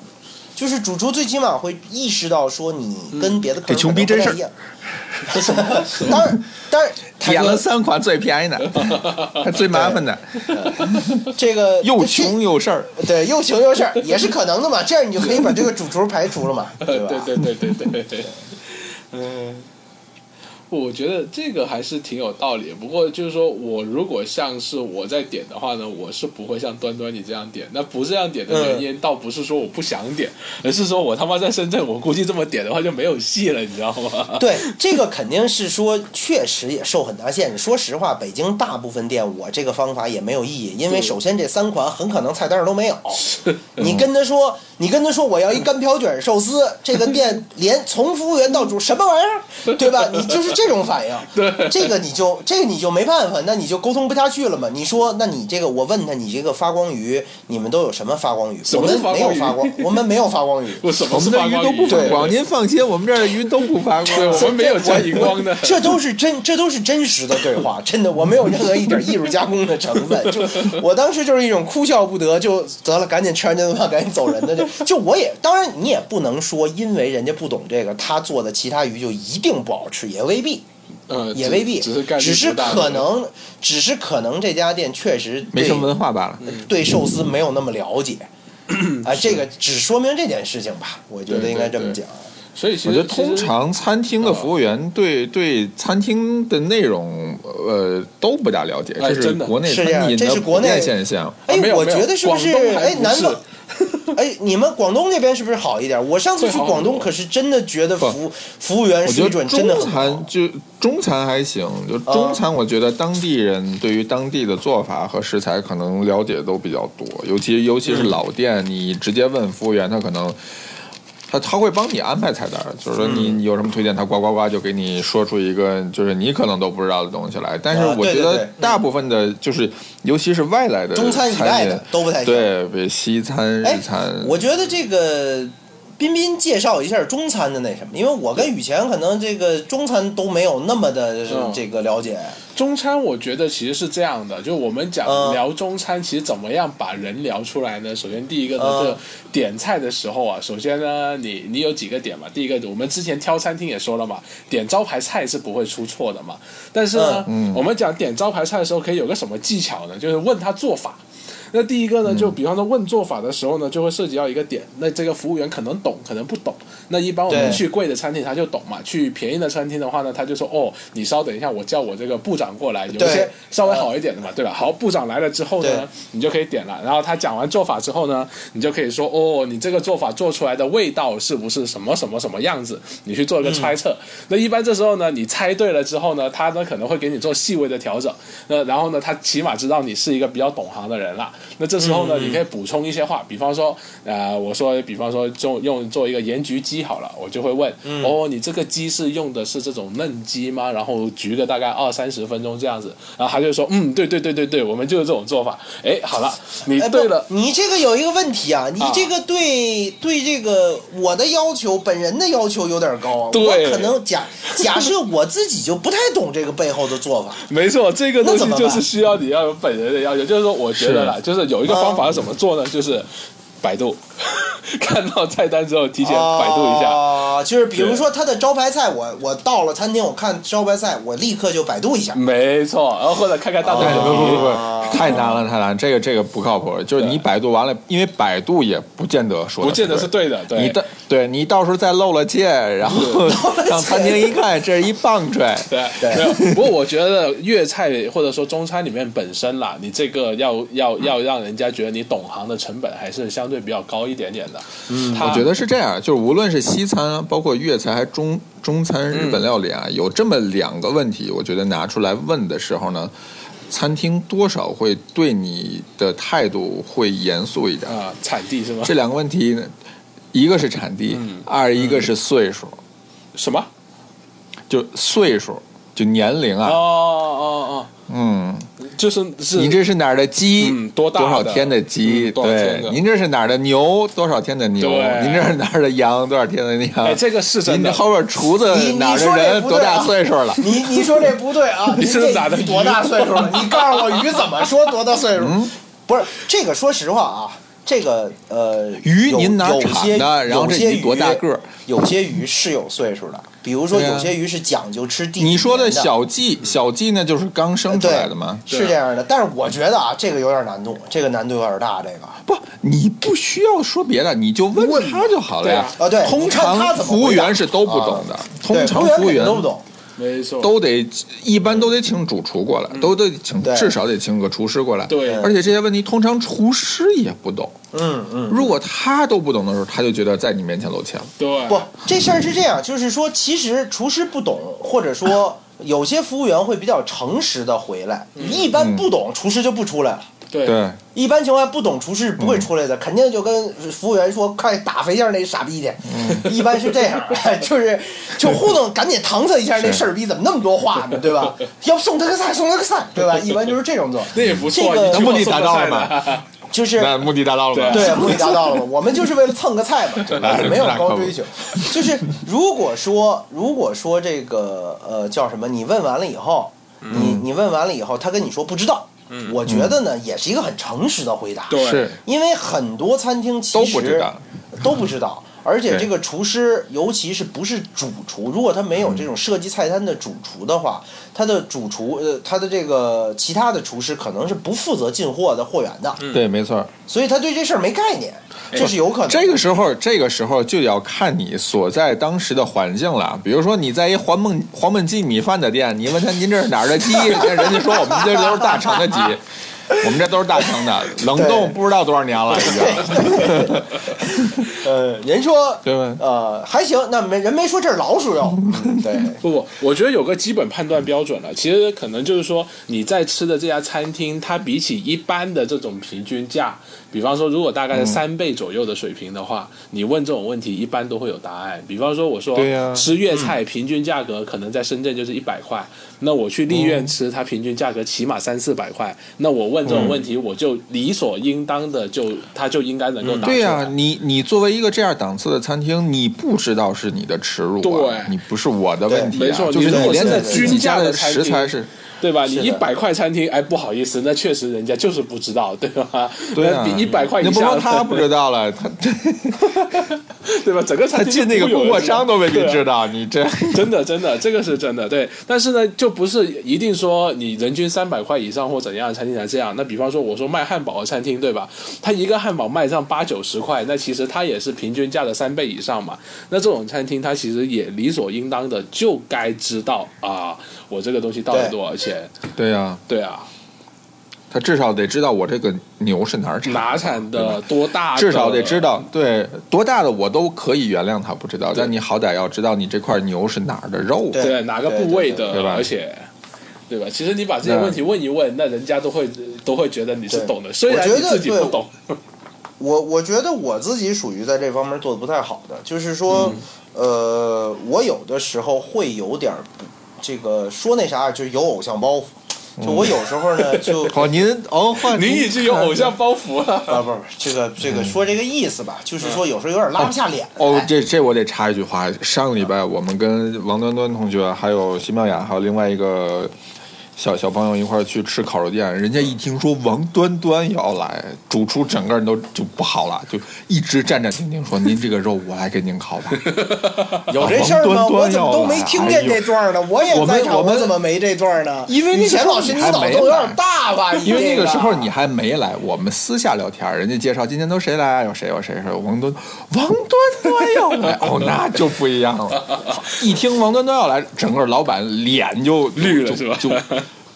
就是主厨最起码会意识到说你跟别的客给人穷逼可能真事儿不太一样。 当然，当然，他点了说三款最便宜的，还最麻烦的，这个又这穷又事儿。 对，又穷又事儿也是可能的嘛，这样你就可以把这个主厨排除了嘛， 对吧？对 对对对 对对，嗯，我觉得这个还是挺有道理。不过就是说我如果像是我在点的话呢，我是不会像端端你这样点。那不这样点的嗯原因，倒不是说我不想点，而是说我他妈在深圳，我估计这么点的话就没有戏了，你知道 吗？对，这个肯定是说，确实也受很大限制。说实话，北京大部分店我这个方法也没有意义，因为对首先这三款很可能菜单儿都 没有。你跟他说，你跟他说我要一干瓢卷寿司，这个店连从服务员到主什么玩意 儿，对吧？你就是这种反应。对这个你就这个你就没办法，那你就沟通不下去了嘛。你说，那你这个我问他，你这个发光鱼，你们都有什么发光鱼？什我么是们没有发发光光鱼，我们没有发光鱼。我什我么是们的发鱼都不光发对光，您放心，我们这儿的鱼都不发 对，光。我们没有加荧光的。 这都是真，这都是真实的对话，真的，我没有任何一点艺术加工的成分。 就我当时就是一种哭笑不得，就得了，赶紧吃完这顿饭，赶紧走人的。就就我也，当然你也不能说，因为人家不懂这个，他做的其他鱼就一定不好吃，也未必，嗯，也只未必，只是概率只是不大可能，只是可能这家店确实没对什么文化罢了。对寿司没有那么了 解。啊，这个只说明这件事情吧，我觉得应该这么对对讲。对所以其实呃我觉得其实通常餐厅的服务员对对餐厅的内容呃都不大了解，哎这是真的国内是餐这样饮这的是普国内遍现象。哎啊没，有我没有觉得是不是？广东还哎，不南是 方，哎，你们广东那边是不是好一点？我上次去会好广很东，多可是真的觉得服服务员我觉水得准真的中很嗯餐高。就中餐还行，就中餐，我觉得当地人对于当地的做法和食材可能了解都比较多，尤其尤嗯其是老店，你直接问服务员，他可能。他他会帮你安排菜单儿，就是说你嗯你有什么推荐，他呱呱呱就给你说出一个就是你可能都不知道的东西来。但是啊我对觉对得对大部分的，就是尤其是外来的中餐以外的饮都不太行对，比如西餐、哎日餐，我觉得这个彬彬介绍一下中餐的那什么，因为我跟雨前可能这个中餐都没有那么的嗯这个了解。中餐我觉得其实是这样的，就我们讲嗯聊中餐，其实怎么样把人聊出来呢？首先第一个呢，嗯就点菜的时候啊，首先呢，你你有几个点嘛？第一个，我们之前挑餐厅也说了嘛，点招牌菜是不会出错的嘛。但是呢，我们讲点招牌菜的时候，可以有个什么技巧呢？就是问他做法。那第一个嗯呢，就比方说问做法的时候呢，就会涉及到一个点，那这个服务员可能懂，可能不懂。那一般我们对去贵的餐厅他就懂嘛，去便宜的餐厅的话呢，他就说哦，你稍等一下，我叫我这个部长过来，有一些对嗯稍微好一点的嘛，对吧？好，部长来了之后对呢，你就可以点了，然后他讲完做法之后呢，你就可以说哦，你这个做法做出来的味道是不是什么什么什么样子？你去嗯做一个猜测。那一般这时候呢，你猜对了之后呢，他呢可能会给你做细微的调整。那然后呢，他起码知道你是一个比较懂行的人了。那这时候呢，你可以补充一些话，比方说，呃，我说，比方说用用做一个盐焗鸡好了，我就会问，哦，你这个鸡是用的是这种嫩鸡吗？然后焗个大概二三十分钟这样子，然后他就说，嗯，对对对对对，我们就是这种做法。哎，好了，你哎，不对了。你这个有一个问题啊，你啊这个对、对这个我的要求，本人的要求有点高啊。对我可能假假设我自己就不太懂这个背后的做法。没错，这个东那怎西么就办是需要你要有本人的要求，就是说，我觉得啦，就是有一个方法是怎么做呢？就是百度，看到菜单之后提 前百度一下。啊，就是比如说他的招牌菜，我我到了餐厅，我看招牌菜，我立刻就百度一下。没错，然后或者看看大众太点不评不不啊，太难了，太难了，这个这个不靠谱。就是你百度完了，因为百度也不见得说，不见得是对对的，的。你对到对你到时候再露了界，然后 让餐厅一看，这是一棒槌。 对对没有。不过我觉得粤菜或者说中餐里面本身啦，你这个要要要让人家觉得你懂行的成本还是相对比较高一点点的。嗯，我觉得是这样，就是无论是西餐，包括粤菜，还中中餐、日本料理啊，嗯有这么两个问题，我觉得拿出来问的时候呢，餐厅多少会对你的态度会严肃一点。啊，产地是吗？这两个问题呢，一个是产地，嗯二一个是岁数。什么？就岁数，就年龄哦啊，哦嗯，哦，就是是您这是哪儿的鸡？嗯多大的多少天的鸡？嗯多少天的对，您这是哪儿的牛？多少天的牛？对您这是哪儿的羊？多少天的羊？哎，这个是真您的这。后边厨子你你哪儿的说这人不多对啊大岁数了？你你说这不对啊！ 你你是这哪的嗯鱼多大岁数了？你告诉我鱼怎么说多大岁数？不是这个，说实话啊，这个呃鱼有您哪有产些的然后有这些鱼多大个儿？有些鱼是有岁数的，比如说对啊有些鱼是讲究吃第几你说年的的嗯小鲫，小鲫呢就是刚生出来的吗？对是这样的。但是我觉得啊，这个有点难度，这个难度有点大。这个不，你不需要说别的，你就问他就好了呀。对啊啊对通你看他常怎么回答啊服务员是都不懂的，通对常服务肯定员都不懂，没错，都得一般都得请主厨过来，都得请对至少得请个厨师过来。嗯对而且这些问题通常厨师也不懂。嗯嗯。如果他都不懂的时候，他就觉得在你面前露怯了。对，不，这事儿是这样，就是说，其实厨师不懂，或者说有些服务员会比较诚实的回来。嗯一般不懂，厨师就不出来了。对，对，一般情况下，不懂厨师是不会出来的，肯定就跟服务员说：“快打飞一下那傻逼去。一般是这样， 就是就糊弄，赶紧搪塞一下那事儿逼怎么那么多话呢，对吧？要不送他个菜，送他个菜，对吧？一般就是这种做，那也不这错，个你那目的达到了吗？就是 那目的达到了吧？ 对，目的达到了吗？我们就是为了蹭个菜嘛，对吧没有高追求。就是如果说，如果说这个呃叫什么，你问完了以后，你你问完了以后，他跟你说不知道，我觉得呢也是一个很诚实的回答，对是因为很多餐厅其都实不知道。都不知道。而且对这个厨师，尤其是不是主厨，如果他没有这种设计菜单的主厨的话，他的主厨呃，他的这个其他的厨师可能是不负责进货的货源的，对，没错儿。所以他对这事儿没概念，这是有可能。哎这个时候，这个时候就要看你所在当时的环境了。比如说，你在一黄焖黄焖鸡米饭的店，你问他您这是哪儿的 鸡，那人家说我们这都是大成的鸡，我们这都是大成的，冷冻不知道多少年了已经。呃，人说对吧呃，还行，那没人没说这是老鼠 药，嗯对，不不，我觉得有个基本判断标准了。其实可能就是说，你在吃的这家餐厅，它比起一般的这种平均价，比方说，如果大概嗯是三倍左右的水平的话，你问这种问题，一般都会有答案。比方说，我说、对呀吃粤菜平均价格可能在深圳就是一百块，那我去丽哦苑吃，它平均价格起码三四百块。那我问嗯这种问题，我就理所应当的就，它就应该能够答出来。对呀、你你作为一个这样档次的餐厅，你不知道是你的耻辱、啊，对你不是我的问题、啊，对没错就是你如你果连是在在自己均家价的的餐食厅材是。对吧？你是一的百块餐厅，哎，不好意思，那确实人家就是不知道，对吧？对啊，那比一百块以你下，不说他 不知道了，他对吧？整个餐他厅进那个就不供会有货人商都被对你啊知道，你这真的，真的，这个是真的，对。但是呢，就不是一定说你人均三百块以上或怎样的餐厅才这样。那比方说，我说卖汉堡的餐厅，对吧？他一个汉堡卖上八九十块，那其实它也是平均价的三倍以上嘛。那这种餐厅，它其实也理所应当的就该知道啊，我这个东西到底对多少钱？对呀、对啊，他至少得知道我这个牛是哪儿 产的，哪产的多大的？至少得知道，对多大的我都可以原谅他不知道，对但你好歹要知道你这块牛是哪儿的肉。对对哪个部位的，对吧嗯而且。对吧？其实你把这些问题问一问，那人家都会都会觉得你是对懂的，虽然我觉你得自己对不懂。我我觉得我自己属于在这方面做的不太好的，就是嗯说，呃，我有的时候会有点儿不这个说那啥，就是有偶像包袱，就嗯我有时候呢 就。好，您哦，换您已经有偶像包袱 了。啊，不不，这个这个说这个意思吧，就是说有时候有点拉不下脸来。嗯哦，这这我得插一句话。上个礼拜我们跟王端端同学，还有奚妙雅，还有另外一个小小朋友一块儿去吃烤肉店，人家一听说王端端要来，主厨整个人都就不好了，就一直战战兢兢说：“您这个肉我来给您烤吧。有这事儿吗？王端端我怎么都没要来哎听见这段呢？我也我们在场，我们我怎么没这段呢？因为那以个时前候老师你你还脑洞没有来点大吧？ 因为那个个时候你还没来，我们私下聊天，人家介绍今天都谁来啊？有谁有谁有谁？王端王端端要来，哦，那就不一样了。一听王端端要来，整个老板脸就绿了就是吧就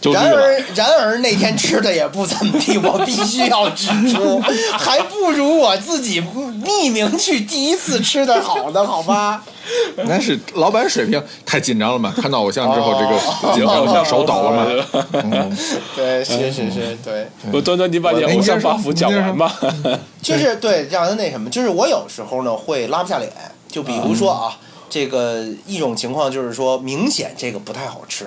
就绿然了。而，然而那天吃的也不怎么地，我必须要指 出，还不如我自己匿名去第一次吃的好呢，好吧？ 那是老板水平太紧张了嘛？看到偶像之后，这哦个紧张的手抖了 嘛？嗯嘛。对，是是哎是，对，我端端，你把你的偶像包袱讲 完吧。就是对，让他那什么，就是我有时候呢会拉不下脸，就比如嗯说啊，这个一种情况就是说，明显这个不太好吃，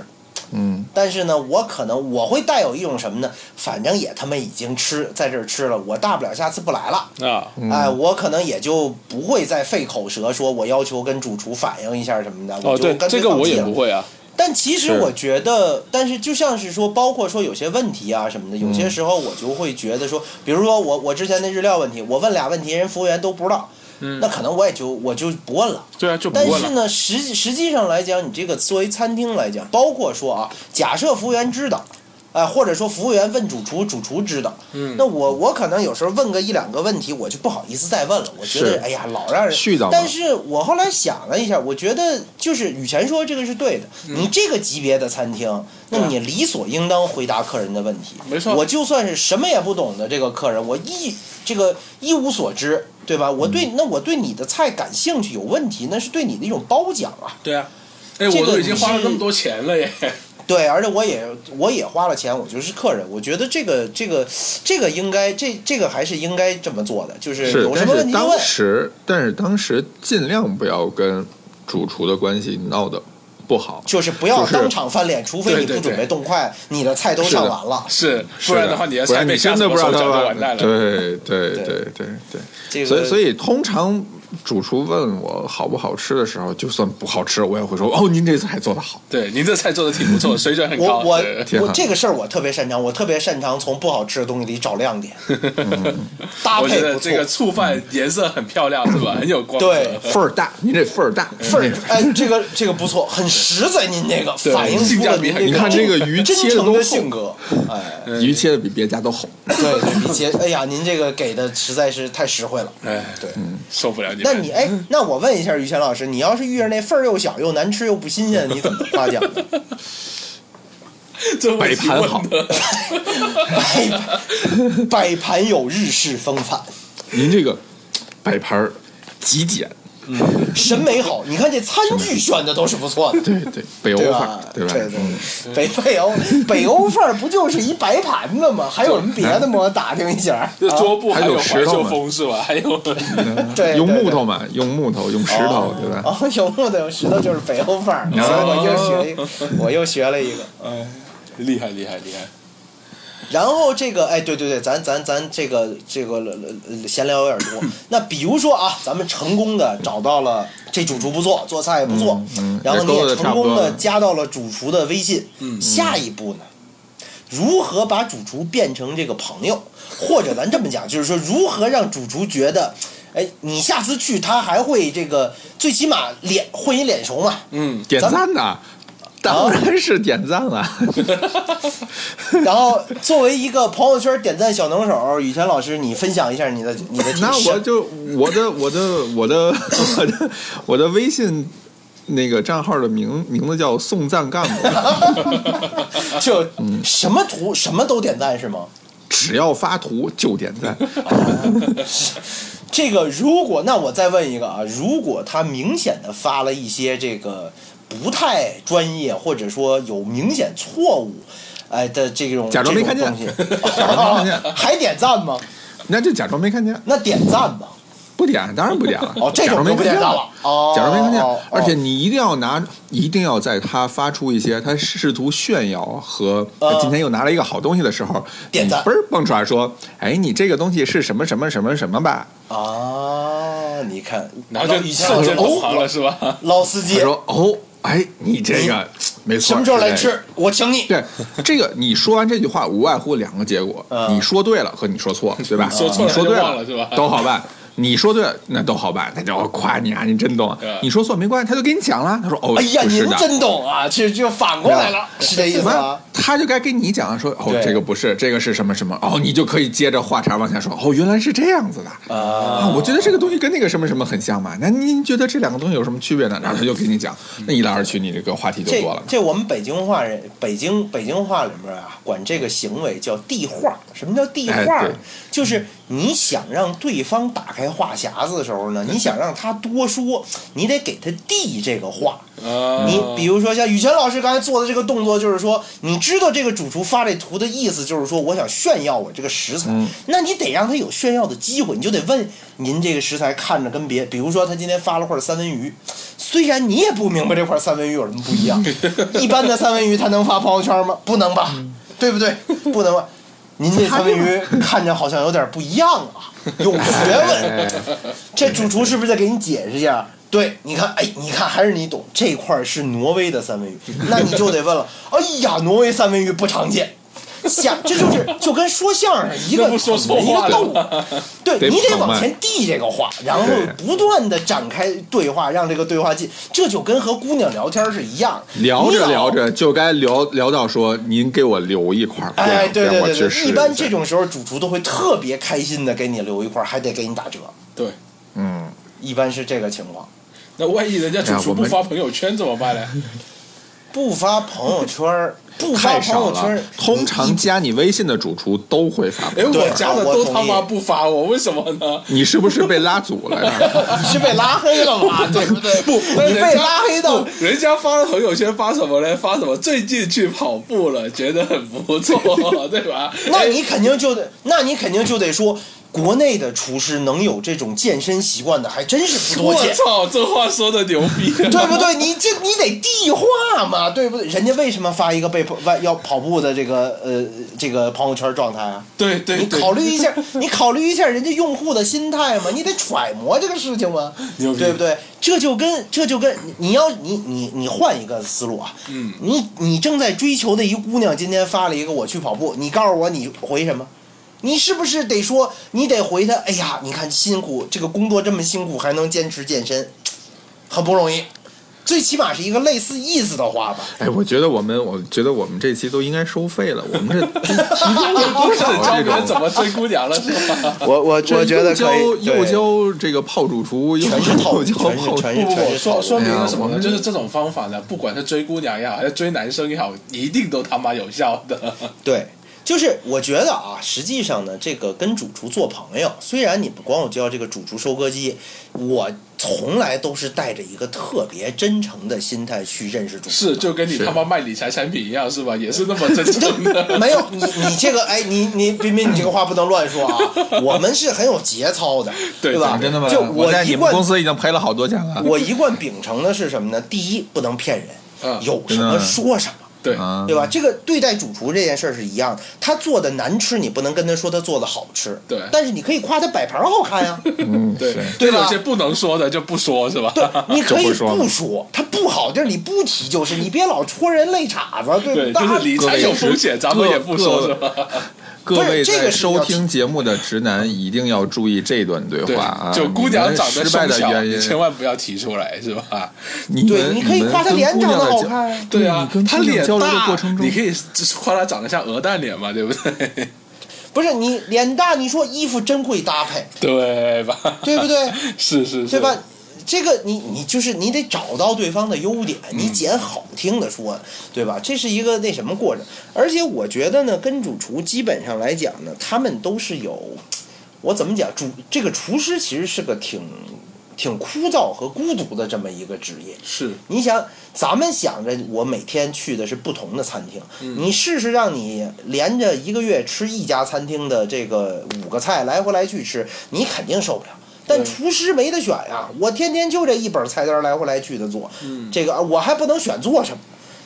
嗯，但是呢，我可能我会带有一种什么呢？反正也他妈已经吃在这儿吃了，我大不了下次不来了。嗯啊，哎，我可能也就不会再费口舌说我要求跟主厨反映一下什么的，哦，我就对，干这脆个放我弃也了。不会啊。但其实我觉得，但是就像是说，包括说有些问题啊什么的，有嗯些时候我就会觉得说，比如说我我之前那日料问题，我问俩问题，人服务员都不知道，嗯那可能我也就我就不问了。对啊，就不但问是了。呢，实际实际上来讲，你这个作为餐厅来讲，包括说啊，假设服务员知道，哎、或者说服务员问主厨，主厨知道，嗯那我我可能有时候问个一两个问题，我就不好意思再问了。我觉是得哎呀，老让人絮叨嘛但是我后来想了一下，我觉得就是雨前说这个是对的，嗯你这个级别的餐厅，那你理所应当回答客人的问题。没错我就算是什么也不懂的这个客人，我一这个一无所知，对吧？我嗯对、那我对你的菜感兴趣有问题，那是对你的一种褒奖啊。对啊，哎，这我个都已经花了你是那么多钱了耶。对，而且我也我也花了钱，我就是客人，我觉得这个这个这个应该这这个还是应该这么做的，就是是有，什但么是问题就当问。时，但是当时尽量不要跟主厨的关系闹得不好。就是不要就是当场翻脸，除非对你对不准对备动筷，你的菜都是的上完了。是，是不然的话你要不下然被你下真什的么不知手道脚他就吧完蛋了。对对对对对这个所以所以通常主厨问我好不好吃的时候，就算不好吃，我也会说哦，您这次还做得好。对，您这菜做的挺不错，水准很我高。我对挺我好这个事儿我特别擅长，我特别擅长从不好吃的东西里找亮点，搭我配不觉得错。嗯这个醋饭颜色很漂亮，是吧？很有光泽。对份儿大，您这份儿 大，份 儿，哎，这个这个不错，很实在。您这个对反映性出价了比您很这你看这个鱼真切得诚都厚的性格，哎，鱼切的比别家都好。对对，比切，哎呀，您这个给的实在是太实惠了。哎，对，受不了你们。那你哎，那我问一下于谦老师，你要是遇上那份儿又小又难吃又不新鲜的，你怎么夸奖呢？ 这问摆题盘问好的摆摆盘有日式风范，您这个摆盘儿极简，审美好。你看这餐具选的都是不错的。对对，北欧对范吧儿，？对吧？嗯对，北北欧北欧范儿不就是一白盘子吗？还有什么别的吗？我打听一下儿。 这啊桌布还有有石怀头旧嘛风是吧？还有对用木。对对头嘛，用木头，用石头，对吧？哦哦，有木头有石头就是北欧范儿，所以我又学一个，我又学了一个。哎，厉害厉害厉害！然后这个，哎，对对对，咱咱咱这个这个呃闲聊有点多。那比如说啊，咱们成功的找到了这主厨不错，做菜也不错，嗯然后你也勾也得差成不多功的了嗯加到了主厨的微信。下一步呢，如何把主厨变成这个朋友？或者咱这么讲，就是说如何让主厨觉得，哎，你下次去他还会这个，最起码脸混一脸熟嘛。 嗯，点赞呐、当哦然是点赞了。然后作为一个朋友圈点赞小能手，雨辰老师，你分享一下你的你的那提示我就我的我的我的我的我的微信那个账号的名名字叫送赞干部， 就什么图什么都点赞是吗？只要发图就点赞。 这个如果那我再问一个啊，如果他明显的发了一些这个不太专业或者说有明显错误，哎的这种假装没看见这种东西假装没看见 还点赞吗？那就假装没看见，那点赞吧。不点当然不点了。哦，这假种装就没不看点见赞了。。哦，假装没看见哦，而且哦你一定要拿，一定要在他发出一些他试图炫耀和呃他今天又拿了一个好东西的时候，点赞你嘣儿蹦出来说：“哎，你这个东西是什么什么什么什么吧啊，你看，然后就以前瞬间懂行哦，了是 吧？老司？”机他，说：“哦，哎，你这个没错，嗯什么时候是来这个吃？我请你。哎对，这个你说完这句话，无外乎两个结果：嗯你说对了和你说错，对吧？说错你了说对他就忘了是吧都好办。你说对了，那都好办，那就夸你啊，你真懂对。你说错没关系，他就给你讲了。他说：“哦，哎呀，不是您的。”真懂啊，这就反过来了，是这意思吗？他就该跟你讲说哦对，这个不是，这个是什么什么哦，你就可以接着话茬往下说哦，原来是这样子的啊我觉得这个东西跟那个什么什么很像嘛，那您觉得这两个东西有什么区别呢？然后他就给你讲，那一来二去，你这个话题就这多了。这我们北京话人，北京北京话里面啊，管这个行为叫递话。什么叫递话哎呢对？就是你想让对方打开话匣子的时候呢，你想让他多说，你得给他递这个话。啊，你比如说像雨辰老师刚才做的这个动作，就是说，你知道这个主厨发这图的意思，就是说我想炫耀我这个食材，那你得让他有炫耀的机会，你就得问您这个食材看着跟别，比如说他今天发了块三文鱼，虽然你也不明白这块三文鱼有什么不一样，一般的三文鱼他能发朋友圈吗？不能吧，对不对？不能吧。您这三文鱼看着 哎好像有点不一样啊，有学问。这主厨是不是得给你解释一下？对，你看，哎，你看，还是你懂这块儿是挪威的三文鱼，那你就得问了。哎呀，挪威三文鱼不常见，想这就是就跟说相声一个那不说错一个话了道理，对得你得捧往嘛前递这个话，然后对不断的展开对话，让这个对话进，这就跟和姑娘聊天是一样，聊你着聊。老着就该聊聊到说，您给我留一块儿，哎，让对对让我去对试对，一般下这种时候主厨都会特别开心的给你留一块儿，还得给你打折，对。嗯，一般是这个情况。那万一人家主哎呀厨我不们发朋友圈怎么办呢？不发朋友圈儿，不发太朋少友圈了儿。，通常加你微信的主厨都会发朋哎，友圈。我加的啊我都同他妈意不发我，为什么呢？你是不是被拉组了呀？你是被拉黑了吧？ 对不对？不，你被拉黑到不 人家发朋友圈发什么呢？发什么最近去跑步了，觉得很不错，对吧？ 那哎你肯定就得，那你肯定就得说，国内的厨师能有这种健身习惯的还真是不多我见，操，这话说的牛逼， 啊对不对？你这你得地话嘛，对不对？人家为什么发一个被跑外要跑步的这个呃这个朋友圈状态啊？对对 你对， 考虑一下，你考虑一下人家用户的心态嘛，你得揣摩这个事情嘛，牛逼对不对？这就跟这就跟你你要你你你换一个思路啊，嗯，你你正在追求的一姑娘今天发了一个我去跑步，你告诉我你回什么？你是不是得说你得回她？哎呀，你看辛苦这个工作这么辛苦，还能坚持健身，很不容易。最起码是一个类似意思的话吧。哎，我觉得我们，我觉得我们这期都应该收费了。我们这提提供了不多啊是少教这别人怎种，么追姑娘了是 吧？我我这又教又教这个泡主厨，又全是套路，又全教是泡主全不是不全不，是说套路。说明了什么哎呀我呢？们就是这种方法呢，不管是追姑娘也好，还是追男生也好，一定都他妈有效的。对，就是我觉得啊，实际上呢，这个跟主厨做朋友，虽然你们管我叫这个主厨收割机，我从来都是带着一个特别真诚的心态去认识主厨。 是，就跟你是他妈卖理财产品一样，是吧？也是那么真诚的。没有你，你这个哎，你你彬彬，你这个话不能乱说 啊！我们是很有节操的，对吧？讲真的吗？就我在一你们贯公司已经赔了好多钱了。我一贯秉承的是什么呢？第一，不能骗人，嗯有什么说什么。对，啊， 对吧？这个对待主厨这件事儿是一样的，他做的难吃，你不能跟他说他做的好吃，对但是你可以夸他摆盘好看 呀，嗯，对是，对吧有些不能说的就不说，是吧？对，你可以就不说不说，他不好地儿你不提就是，你别老戳人肋叉子，对对，吧？就是理财有风险，咱们也不说，是吧？ 各不位是这在个是收要听节目的直男一定要注意这段对对话啊！，就姑娘长你得们失败瘦的小，原你因，千万不要提出来，是吧？你对，们你可以们夸他跟脸姑长得娘的好交看啊。对对啊你跟，她姑娘脸交流的大过程中你可以夸她长得像鹅蛋脸嘛，对不对？不是你脸大，你说衣服真会搭配，对吧？对不对？ 是是是，对吧？？这个你你就是你得找到对方的优点，嗯你捡好听的说，对吧？这是一个那什么过程。而且我觉得呢，跟主厨基本上来讲呢，他们都是有，我怎么讲？主这个厨师其实是个挺挺枯燥和孤独的这么一个职业。是你想，咱们想着我每天去的是不同的餐厅，你试试让你连着一个月吃一家餐厅的这个五个菜，来回来去吃，你肯定受不了。但对厨师没得选呀、我天天就这一本菜单来回来去的做，这个啊我还不能选做什么，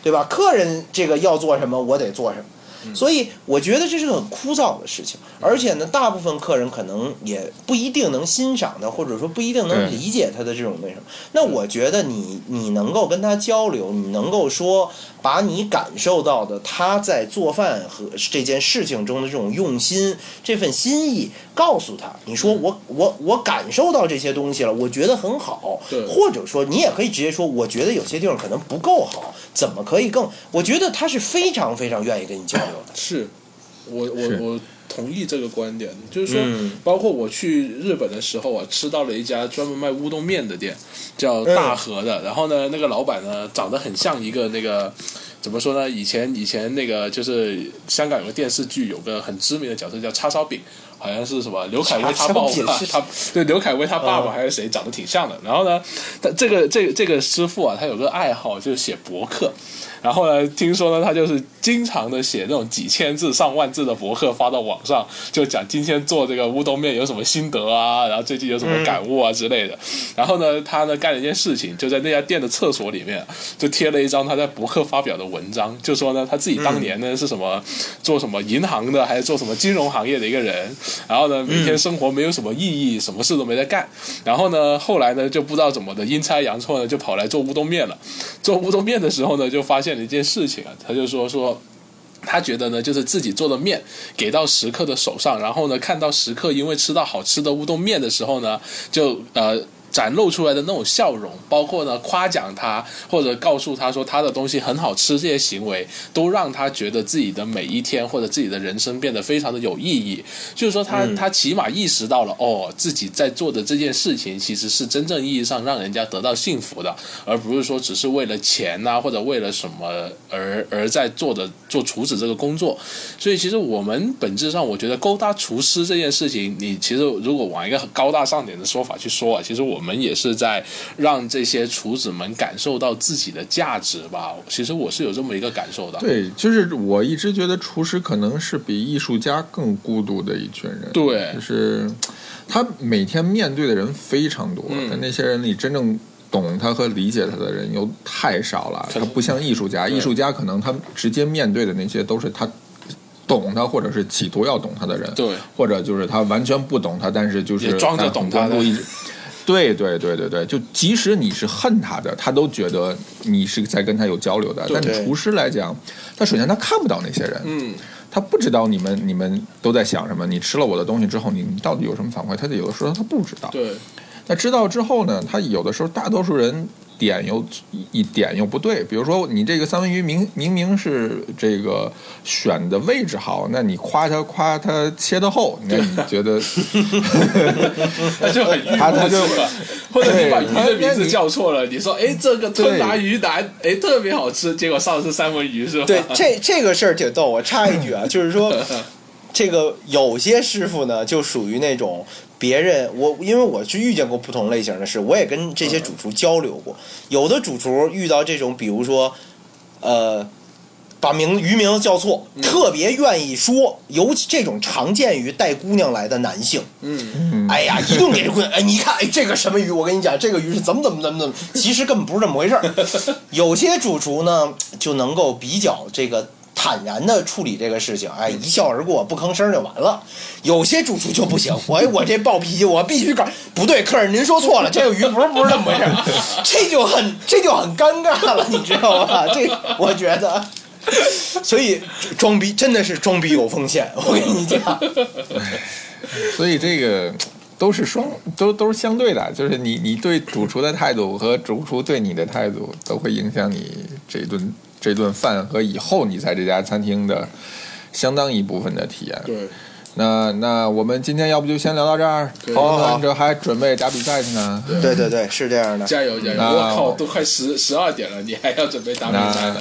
对吧？客人这个要做什么，我得做什么。所以我觉得这是个很枯燥的事情，而且呢，大部分客人可能也不一定能欣赏他，或者说不一定对能理解他的这种那什么。那我觉得你你能够跟他交流，你能够说把你感受到的他在做饭和这件事情中的这种用心、这份心意告诉他。你说我我我感受到这些东西了，我觉得很好对，或者说你也可以直接说，我觉得有些地方可能不够好，怎么可以更？我觉得他是非常非常愿意跟你交流的。是，我我是我同意这个观点，就是说嗯，包括我去日本的时候啊，吃到了一家专门卖乌冬面的店，叫嗯大和的。然后呢，那个老板呢，长得很像一个那个。怎么说呢？以前以前那个就是香港有个电视剧，有个很知名的角色叫叉烧饼，好像是什么刘恺威叉他爸烧爸饼是，他对刘恺威他爸爸嗯还是谁长得挺像的。然后呢，他这个这个这个师傅啊，他有个爱好就是写博客，然后呢，听说呢，他就是经常的写那种几千字、上万字的博客发到网上，就讲今天做这个乌冬面有什么心得啊，然后最近有什么感悟啊之类的。然后呢，他呢干了一件事情，就在那家店的厕所里面就贴了一张他在博客发表的文章，就说呢他自己当年呢是什么做什么银行的，还是做什么金融行业的一个人，然后呢，每天生活没有什么意义，什么事都没得干。然后呢，后来呢，就不知道怎么的，阴差阳错呢，就跑来做乌冬面了。做乌冬面的时候呢，就发现了一件事情啊，他就说说。他觉得呢，就是自己做的面给到食客的手上，然后呢，看到食客因为吃到好吃的乌冬面的时候呢，就呃展露出来的那种笑容，包括呢夸奖他或者告诉他说他的东西很好吃，这些行为都让他觉得自己的每一天或者自己的人生变得非常的有意义。就是说他，他他起码意识到了哦，自己在做的这件事情其实是真正意义上让人家得到幸福的，而不是说只是为了钱啊呐、或者为了什么而而在做的做厨子这个工作。所以其实我们本质上，我觉得勾搭厨师这件事情，你其实如果往一个很高大上点的说法去说啊，其实我们也是在让这些厨子们感受到自己的价值吧。其实我是有这么一个感受的。对，就是我一直觉得厨师可能是比艺术家更孤独的一群人。对就是他每天面对的人非常多，嗯但那些人里真正懂他和理解他的人又太少了。可他能不像艺术家，对艺术家可能他直接面对的那些都是他懂他或者是企图要懂他的人，对，或者就是他完全不懂他，但是就是也装着懂看他的很多一直对对对对对，就即使你是恨他的，他都觉得你是在跟他有交流的。对但厨师来讲，他首先他看不到那些人，嗯，他不知道你们你们都在想什么。你吃了我的东西之后，你们到底有什么反馈？他有的时候他不知道。对，那知道之后呢，他有的时候大多数人点又一点又不对，比如说你这个三文鱼明明明是这个选的位置好，那你夸他夸他切的厚，那你觉得那就很郁闷，他他就是吧？或者你把鱼的对名那字你叫错了，你说哎这个吞对拿鱼腩哎特别好吃，结果上的是三文鱼是吧？对，这这个事儿挺逗。我插一句啊，就是说，这个有些师傅呢，就属于那种别人我，因为我去遇见过不同类型的事，我也跟这些主厨交流过。有的主厨遇到这种，比如说，呃。把名鱼名字叫错，特别愿意说，尤其这种常见于带姑娘来的男性， 嗯，哎呀，一顿给这姑娘，哎，你看，哎，这个什么鱼？我跟你讲，这个鱼是怎么怎么怎么怎么，其实根本不是这么回事儿。 有些主厨呢，就能够比较这个坦然的处理这个事情，哎，一笑而过，不吭声就完了。有些主厨就不行， 我我这暴脾气，我必须搞，不对，客人您说错了，这个鱼不是不是这么回事儿， 这就很这就很尴尬了，你知道吧？这我觉得。所以装逼真的是装逼有风险，我跟你讲，所以这个都是双都都是相对的，就是你你对主厨的态度和主厨对你的态度都会影响你这顿这顿饭和以后你在这家餐厅的相当一部分的体验。对，那那我们今天要不就先聊到这儿，对好好好这还准备打比赛去呢。 对对对，是这样的。加油加油！那我靠，都快十十二点了，你还要准备打比赛呢？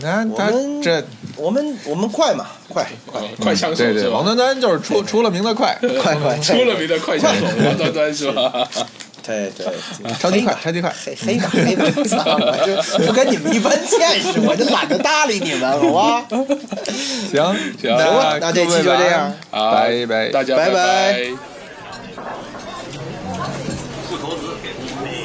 那他我们这嗯我们我们快嘛，快哦快枪手对是对，王吧？端端就是出出了名的快，快快，出了名的快枪手王端端是吧？对对，超级快，超级快。黑黑吧黑吧，操！ 我就不跟你们一般见识，我就懒得搭理你们，好吧？行行那那这各位期就晚这安样 好拜拜，大家拜拜拜拜不投资。